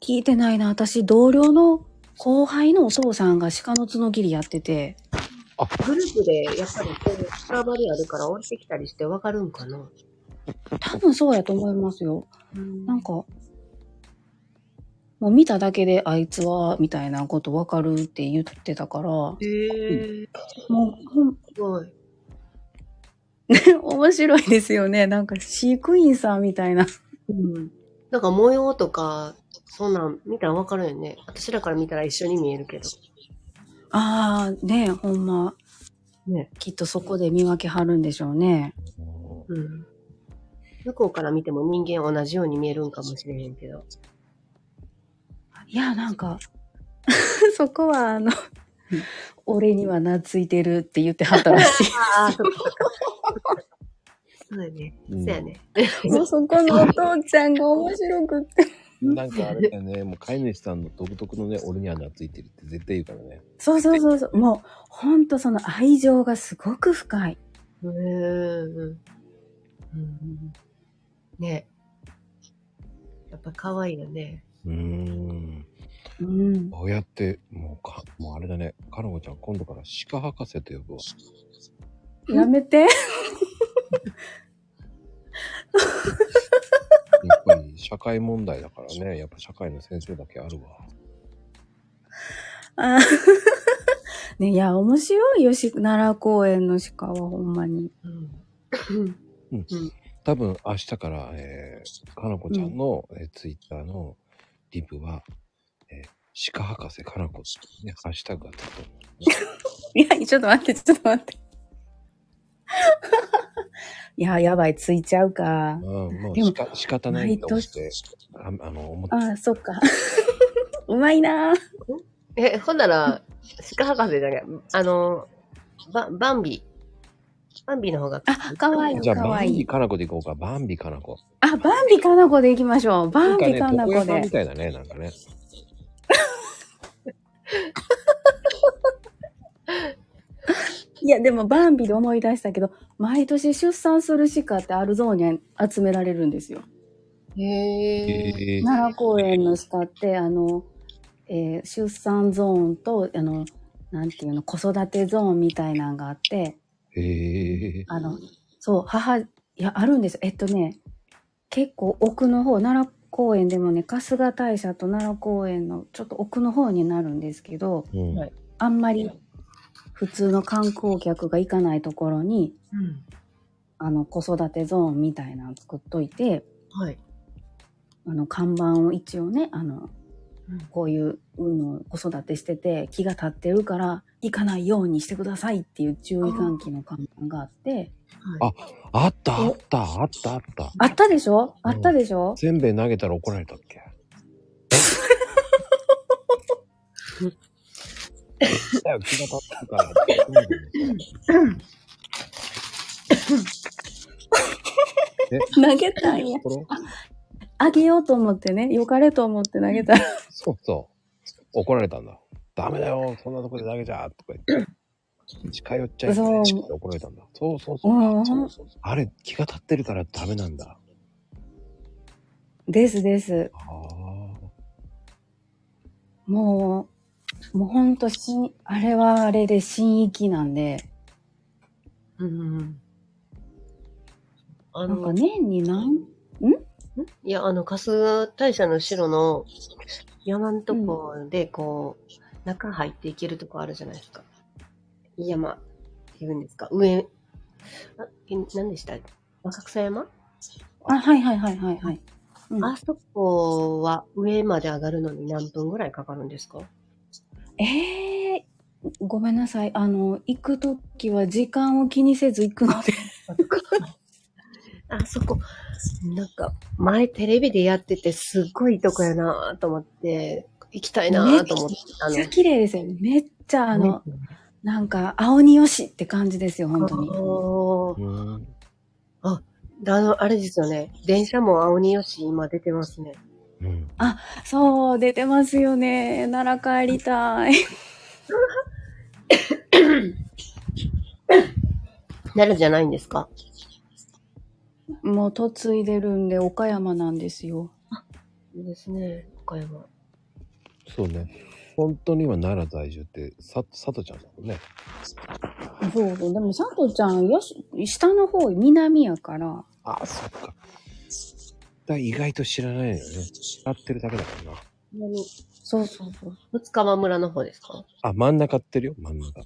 S8: 聞いてないな。私、同僚の後輩のお父さんが鹿の角切りやってて、
S2: グループでやっぱりこう、スラバリあるから降りてきたりしてわかるんかな
S8: 多分そうやと思いますよ。
S2: な
S8: なんか、もう見ただけであいつは、みたいなことわかるって言ってたから、も
S2: へえ、
S8: うほん
S2: すごい。
S8: 面白いですよね。なんか飼育員さんみたいな。
S2: うん。なんか模様とか、そんなん見たらわかるよね。私らから見たら一緒に見えるけど。
S8: ああ、ねえほんま。
S2: ね
S8: きっとそこで見分けはるんでしょうね。
S2: うん。向こうから見ても人間同じように見えるんかもしれへんけど。
S8: いや、なんか、 そこはあの、俺には懐いてるって言ってはったらし
S2: ああ、そうか。そうだね。そうやね。
S8: い。もう そこのお父ちゃんが面白くって。
S12: なんかあれだよ ね、もう飼い主さんの独特のね、俺には懐いてるって絶対言うからね。
S8: そうそうそうそう。もう、ほんとその愛情がすごく深い。
S2: うーん。うん。ねやっぱ可愛いよね。
S1: うーん。
S8: うん。
S1: こうやって、もうか、もうあれだね。かのこちゃん、今度から鹿博士と呼ぶわ。
S8: やめて。
S1: やっぱり社会問題だからね。やっぱ社会の先生だけあるわ。
S8: あー ねいや、面白いよ、し奈良公園の鹿はほんまに。
S2: うん。
S1: 多分明日から、えー、かなこちゃんの、えーツイッターのリプは、えー、鹿博士かなこっていうね、ハッシュタグがつくと思う。
S8: いや、ちょっと待って、ちょっと待って。 いや、やばい、ついちゃう か。
S1: うん、もう
S8: でも
S1: しか仕方ないと思って、ああの、思って
S8: ああ、そっか。 うまいなぁ。
S2: え、ほんなら、鹿博士じゃねあの、ババンビ。バンビの方が。
S8: あ、かわいい、
S1: じゃあ、
S8: か
S1: バ
S8: わ
S1: ン
S8: い
S1: ビ
S8: い。
S1: かなこでいこうか。バンビかなこ。
S8: あ、バンビかなこで行きましょう。バンビかな
S1: 床
S8: こ
S1: 屋さん
S8: で
S1: み。たいだね、なんかね。
S8: いや、でもバンビで思い出したけど、毎年出産する鹿ってアルゾーニャに集められるんですよ。
S2: へえ。
S1: えー
S8: 奈良公園の鹿って、あの、えー出産ゾーンと、あの、なんていうの、子育てゾーンみたいなんがあって、
S1: へえ
S8: あの、そう、母、いや、あるんです。えっとね、結構奥の方、奈良公園でもね、春日大社と奈良公園のちょっと奥の方になるんですけど、
S1: うん
S2: はい
S8: あんまり普通の観光客が行かないところに、あの、子育てゾーンみたいなの作っといて、
S2: はい。
S8: あの、看板を一応ね、あの、
S2: うん
S8: こういうの子育てしてて、木が立ってるから、行かないようにしてくださいっていう注意喚起の看板があって、
S1: あった、あった、あった、あった。
S8: あったでしょあったでしょ、
S1: せんべい投げたら怒られたっけだよ、気が立ったから。
S8: 投げたんや。
S1: これ
S8: あげようと思ってね、よかれと思って投げたら、
S1: そうそう。怒られたんだ。ダメだよ、そんなとこで投げちゃとか言って。近寄っちゃいけないって怒られたんだ。そうそうそうう。
S8: ん
S1: そうそうそうあれ、気が立ってるからダメなんだ。
S8: ですです。
S1: ああ。
S8: もう、もうほんとしん、あれはあれで新域なんで、
S2: うん。あ
S8: なんか
S2: の、
S8: 年に何
S2: いや、あの、春日大社の後ろの山のとこで、こう、中入っていけるとこあるじゃないですか。山っていうんですか。上、あえ何でした若草山
S8: あ、はいはいはいはいはい。うん
S2: あそこは上まで上がるのに何分ぐらいかかるんですか
S8: ええごめんなさい。あの、行くときは時間を気にせず行くので。
S2: あそこ、なんか、前テレビでやってて、すっごいいいとこやなと思って、行きたいなと思って、あ
S8: めっちゃ
S2: の、
S8: 綺麗ですよ。めっちゃあの、なんか、青によしって感じですよ、本当に。
S2: おー
S1: うん。
S2: あの、あれですよね。電車も青によし、今出てますね。
S1: うん。
S8: そう、出てますよね。奈良帰りたい。
S2: 奈良じゃないんですか
S8: もう嫁いでるんで、岡山なんですよ。
S2: いいですね、岡山。
S1: そうね。本当に今、奈良在住って、さ、さとちゃんだもんね。
S8: そうそう。でも、佐藤ちゃん、よし、下の方、南やから。
S1: あ、そっか。だから意外と知らないのよね。知ってるだけだからな。
S8: そうそうそう。
S2: 二日間村の方ですか
S1: あ、真ん中ってるよ、真ん中。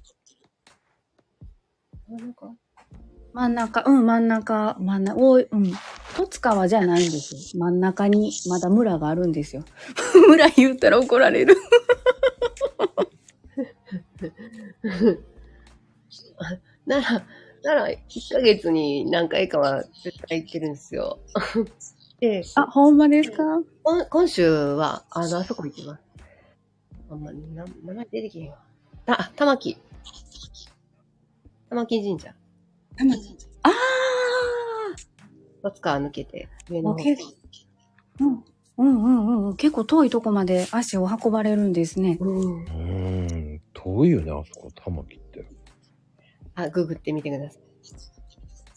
S8: 真ん中、うん、真ん中、真ん中、おい、うん。戸塚はじゃないんですよ。真ん中に、まだ村があるんですよ。 村言ったら怒られる。
S2: 奈良、奈良、1ヶ月に何回かは絶対行ってるんです よ。で、
S8: あ、ほんまですか
S2: 今今週は、あの、あそこ行きます。あんまり、な名前出てきへんわ。た、あ玉木。玉木神社。
S8: あ
S2: 戸塚抜けて、上
S8: ー
S2: の
S8: もう
S2: 方。
S8: 結構、うん、うんうんうん。結構遠いとこまで足を運ばれるんですね。
S2: うん
S1: う。ーん、遠いよね、あそこ、玉木って。
S2: あ、ググってみてください。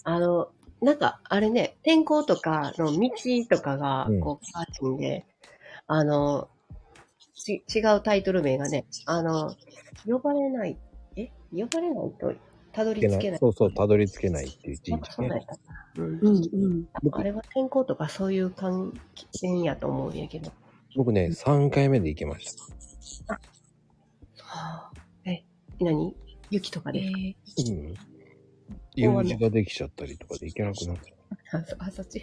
S2: あの、なんか、あれね、天候とかの道とかが
S1: うん、
S2: こう、変わってんで、あの、ち、違うタイトル名がね、あの、呼ばれない、え呼ばれないと、たどり着けない。
S1: そうそう、たどり着けないっていう
S2: な
S1: 神
S2: んか
S1: 社
S2: そんな
S1: ね
S2: んや。ったかな。うん
S8: うんうん。
S1: 僕
S2: あれは天候とかそういう関係やと思うんやけど。
S1: 僕ね、3回目で行きました。
S2: え、何雪とか
S8: え
S2: で。
S8: ー
S1: うん。用事ができちゃったりとかで行けなくなっちゃう。
S2: あ、そあそっ ち。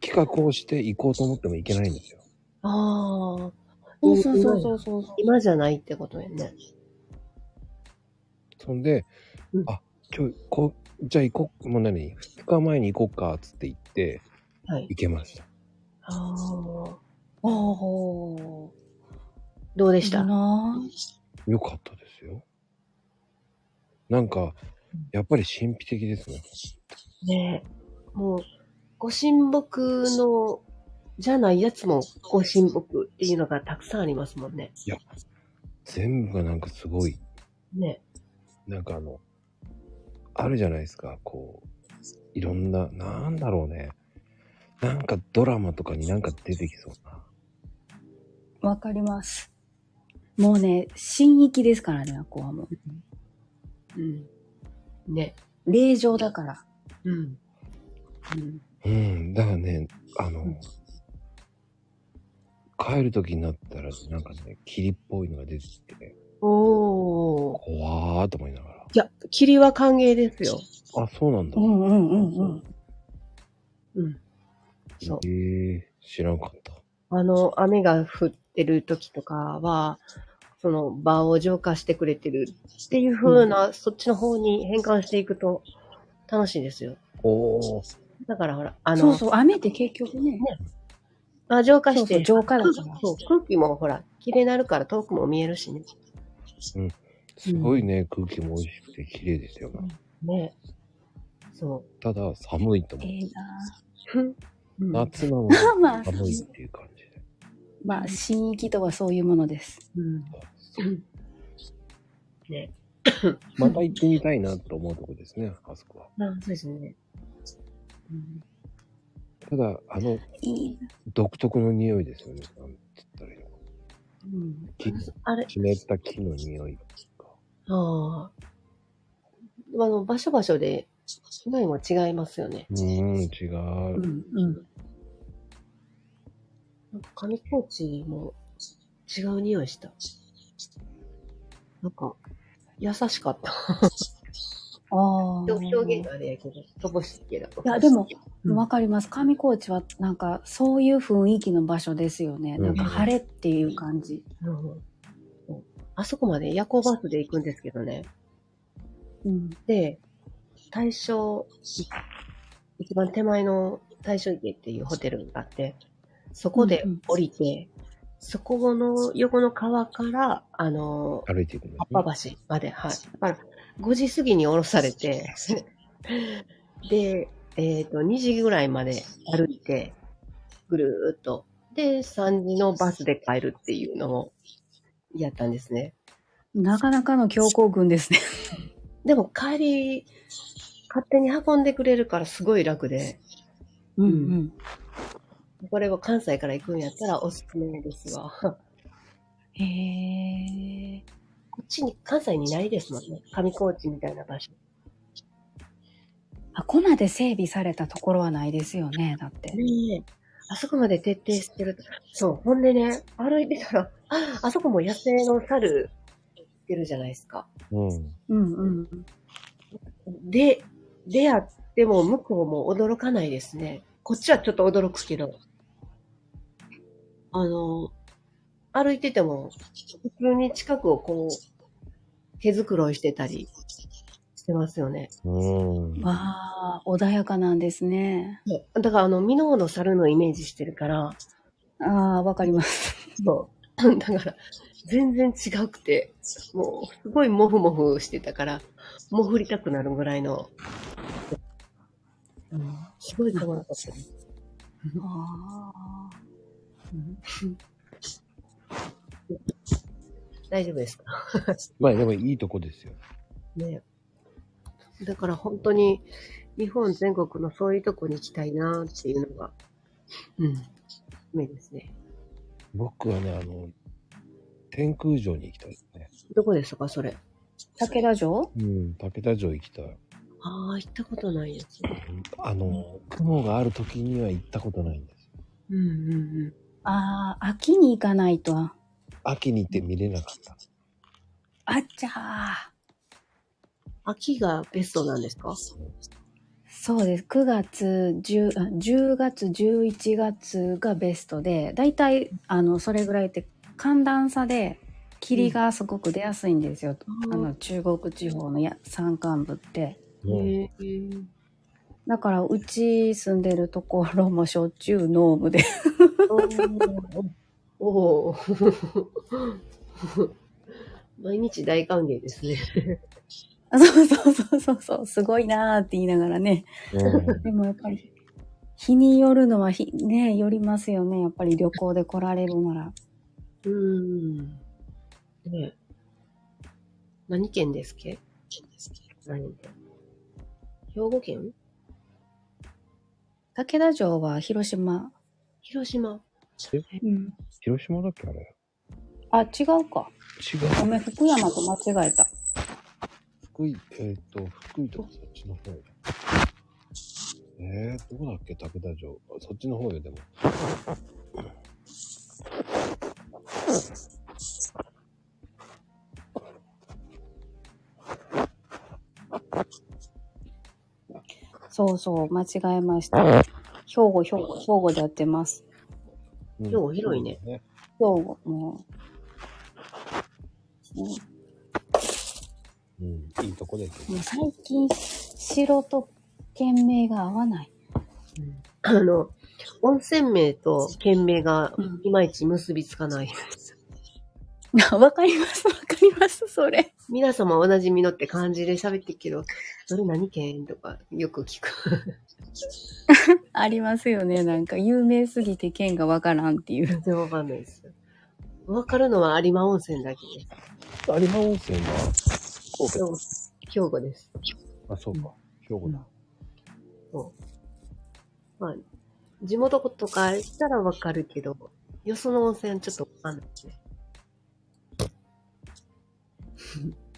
S1: 企画をして行こうと思っても行けないんですよ。
S2: ああ。
S8: そうそうそうそうそう。
S2: 今じゃないってことやね。
S1: そんで、
S2: うん
S1: あ、今日、こう、じゃあ行こう、もう何、2日前に行こうか、つって言って、
S2: はい。
S1: 行けました。
S2: あー
S8: おー。
S2: どうで
S8: で
S2: した
S8: なぁ
S1: よかったですよ。なんか、やっぱり神秘的ですね。
S2: ねえもう、ご神木の、じゃないやつも、ご神木っていうのがたくさんありますもんね。
S1: 全部がなんかすごい、
S2: ね
S1: なんかあの、あるじゃないですか、こう、いろんな、なんだろうね。なんかドラマとかになんか出てきそうな。
S8: わかります。もうね、新域ですからね、あこはもう。
S13: うん。
S2: え、ね
S8: 霊場だから。
S13: うん。うん。
S1: うん、だからね、あの、帰る時になったら、なんかね、霧っぽいのが出てきて、
S2: え。おー。
S1: 怖ーと思いながら。
S2: いや、霧は歓迎ですよ。
S1: あ、そうなんだ。
S8: うんうんうんうん。
S2: そう。
S1: えー、知らんかった。
S2: あの、雨が降ってる時とかは、その場を浄化してくれてるっていう風な、そっちの方に変換していくと楽しいですよ。
S1: おー、
S2: だからほら、あ
S8: そ
S2: の、
S8: うそう、雨って結局ね、
S2: 場浄化
S8: そう
S2: して
S8: そう、浄化だか
S2: 空
S8: ら
S2: 気。そう空気もほら、綺麗になるから遠くも見えるしね。
S1: すごいね、空気も美味しくて綺麗でしたよな。
S2: ねそ
S1: ただ、寒いと思う。
S8: ええな
S2: う。うん
S1: 夏なの
S8: ぁまあ
S1: に、寒いっていう感じで。
S8: まあ、新域とはそういうものです。
S2: うん
S1: また行ってみたいなと思うとこですね、あそこは。
S2: あそうですね。
S1: ただ、あの、
S8: いいな
S1: 独特の匂いですよね。なんて言ったらいいのか。木
S2: あれ、
S1: 湿った木の匂いっていうか。
S2: ああ。あの、場所場所で、匂いも違いますよね。
S1: うーん、違う。
S2: なんか紙コーチも違う匂いした。なんか、優しかった。
S8: ああ。
S2: 表現があれやけど、乏しいけど。
S8: いや、でも、わかります。上高地は、なんか、そういう雰囲気の場所ですよね。
S1: うん
S8: なんか、晴れっていう感じ。
S2: うん、あそこまで夜行バスで行くんですけどね。
S8: うん。
S2: で、大正、い一番手前の大正池っていうホテルがあって、そこで降りて、そこの横の川から、あの、
S1: 歩いていくんですね。
S2: 葉っぱ橋まで、はい。だから、5時過ぎに降ろされて、で、えっ、と、2時ぐらいまで歩いて、ぐるーっと。で、3時のバスで帰るっていうのをやったんですね。
S8: なかなかの強行軍ですね。
S2: でも帰り、勝手に運んでくれるからすごい楽で、
S8: うんん。
S2: これは関西から行くんやったらおすすめですわ。
S8: へえ。
S2: こっちに、関西にないですもんね。上高地みたいな場所。
S8: あ、ここまで整備されたところはないですよね。だって。
S2: ねえ。あそこまで徹底してると。そう。ほんでね、歩いてたら、ああそこも野生の猿、いるじゃないですか。
S1: うん。
S8: うんうん。
S2: で、出会っても向こうも驚かないですね。こっちはちょっと驚くけど。あの、歩いてても、普通に近くをこう、毛づくろいしてたりしてますよね。
S1: うん。
S8: わあ、穏やかなんですね。
S2: だからあの、ミノーの猿のイメージしてるから、
S8: ああ、わかります。
S2: そう。 だから、全然違くて、もう、すごいモフモフしてたから、もう振りたくなるぐらいの、うんすごい可愛かったです。
S8: ああ。
S2: 大丈夫ですか
S1: まあ、でもいいとこですよ。
S2: ね。だから本当に日本全国のそういうとこに行きたいなっていうのが、うん、目ですね。
S1: 僕はね、あの、天空城に行きたいですね。
S2: どこですか、それ。
S8: 武田城
S1: うん、竹田城行きたい。
S2: ああ、行ったことないやつ。
S1: あの、雲がある時には行ったことないんですよ。
S2: うんうん
S8: ああ、秋に行かないと。
S1: 秋に行って見れなかった。
S8: あっちゃー。
S2: 秋がベストなんですか
S8: そうです。9月、10, あ10月、11月がベストで、だいたい、あの、それぐらいって寒暖差で、霧がすごく出やすいんですよ。あの中国地方のや山間部って。
S1: うん
S8: だからうち住んでるところもしょっちゅう濃霧で。
S2: おおー毎日大歓迎ですね。
S8: あそうそうそうそうそう、すごいなーって言いながらね。
S1: うん
S8: でもやっぱり日によるのは日ね、よりますよね。やっぱり旅行で来られるなら。
S2: うーん。ねえ何県ですっけ何県兵庫県
S8: 武田城は広島。
S2: 広島。
S8: うん。
S1: 広島だっけあれ
S8: あ、違うか。
S1: 違う。
S8: ごめん、福山と間違えた。
S1: 福井、えっ、と、福井とかそっちの方えー、どこだっけ武田城。あそっちの方よ、でも。
S8: そうそう、間違えました。兵庫、兵庫、兵庫でやってます。
S1: うん
S2: 今日広いね。
S8: 兵庫、もう。も
S1: うん、いいとこです
S8: うもう最近、城と県名が合わない。
S2: あの、温泉名と県名がいまいち結びつかない。
S8: わかります、わかります、それ。
S2: 皆様おなじみのって感じで喋ってるけど、それ何県とかよく聞く。
S8: ありますよね。なんか、有名すぎて県がわからんっていう。
S2: 全然わかんないです。わかるのは有馬温泉だけです。
S1: 有馬温泉は神戸。
S2: 兵庫です。
S1: あ、そうか。兵庫だ。
S2: まあ、地元とか行ったらわかるけど、よその温泉ちょっとわかんないですね。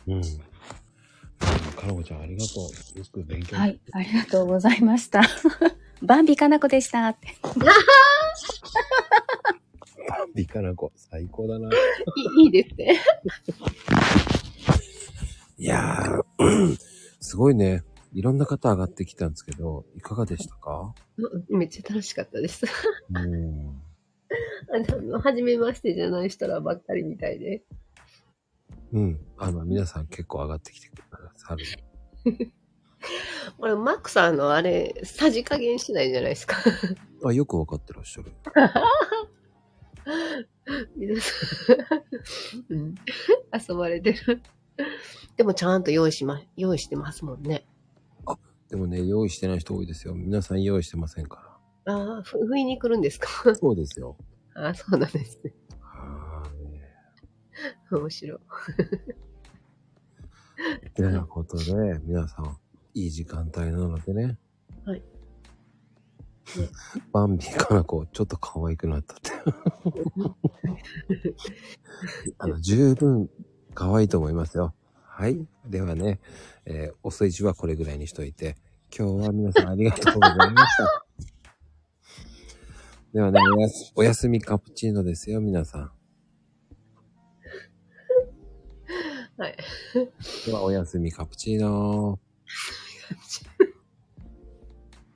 S1: うん。かのこちゃん、ありがとう。よく勉強。
S8: はい、ありがとうございました。 バンビかなこでしたって。
S1: 理科な子、最高だな。
S2: いいいですね。
S1: いやー、すごいね。いろんな方上がってきたんですけど、いかがでしたか
S2: めっちゃ楽しかったです。
S1: うん。
S2: あの、初めましてじゃない人らばっかりみたいで。
S1: うん。あの、皆さん結構上がってきてくださる。
S2: 俺、マックさんのあれ、さじ加減しないじゃないですか。
S1: あ、よくわかってらっしゃる。
S2: 皆さん、 うん、遊ばれてる。でもちゃんと用意しま、用意してますもんね。
S1: でもね、用意してない人多いですよ。皆さん用意してませんか
S2: ああ、ふ、不意に来るんですか
S1: ら。そうですよ。
S2: ああ、そうなんですね。
S1: はー
S2: 面白い。
S1: い。てなことで、皆さん、いい時間帯なのでね。
S2: はい。
S1: バンビからこう、ちょっと可愛くなったって。 あの、十分可愛いと思いますよ。はい。ではね、えーお世辞はこれぐらいにしといて、今日は皆さんありがとうございました。 ではね、おやすおやすみカプチーノですよ、皆さん。
S2: はい。
S1: では、おやすみカプチーノ。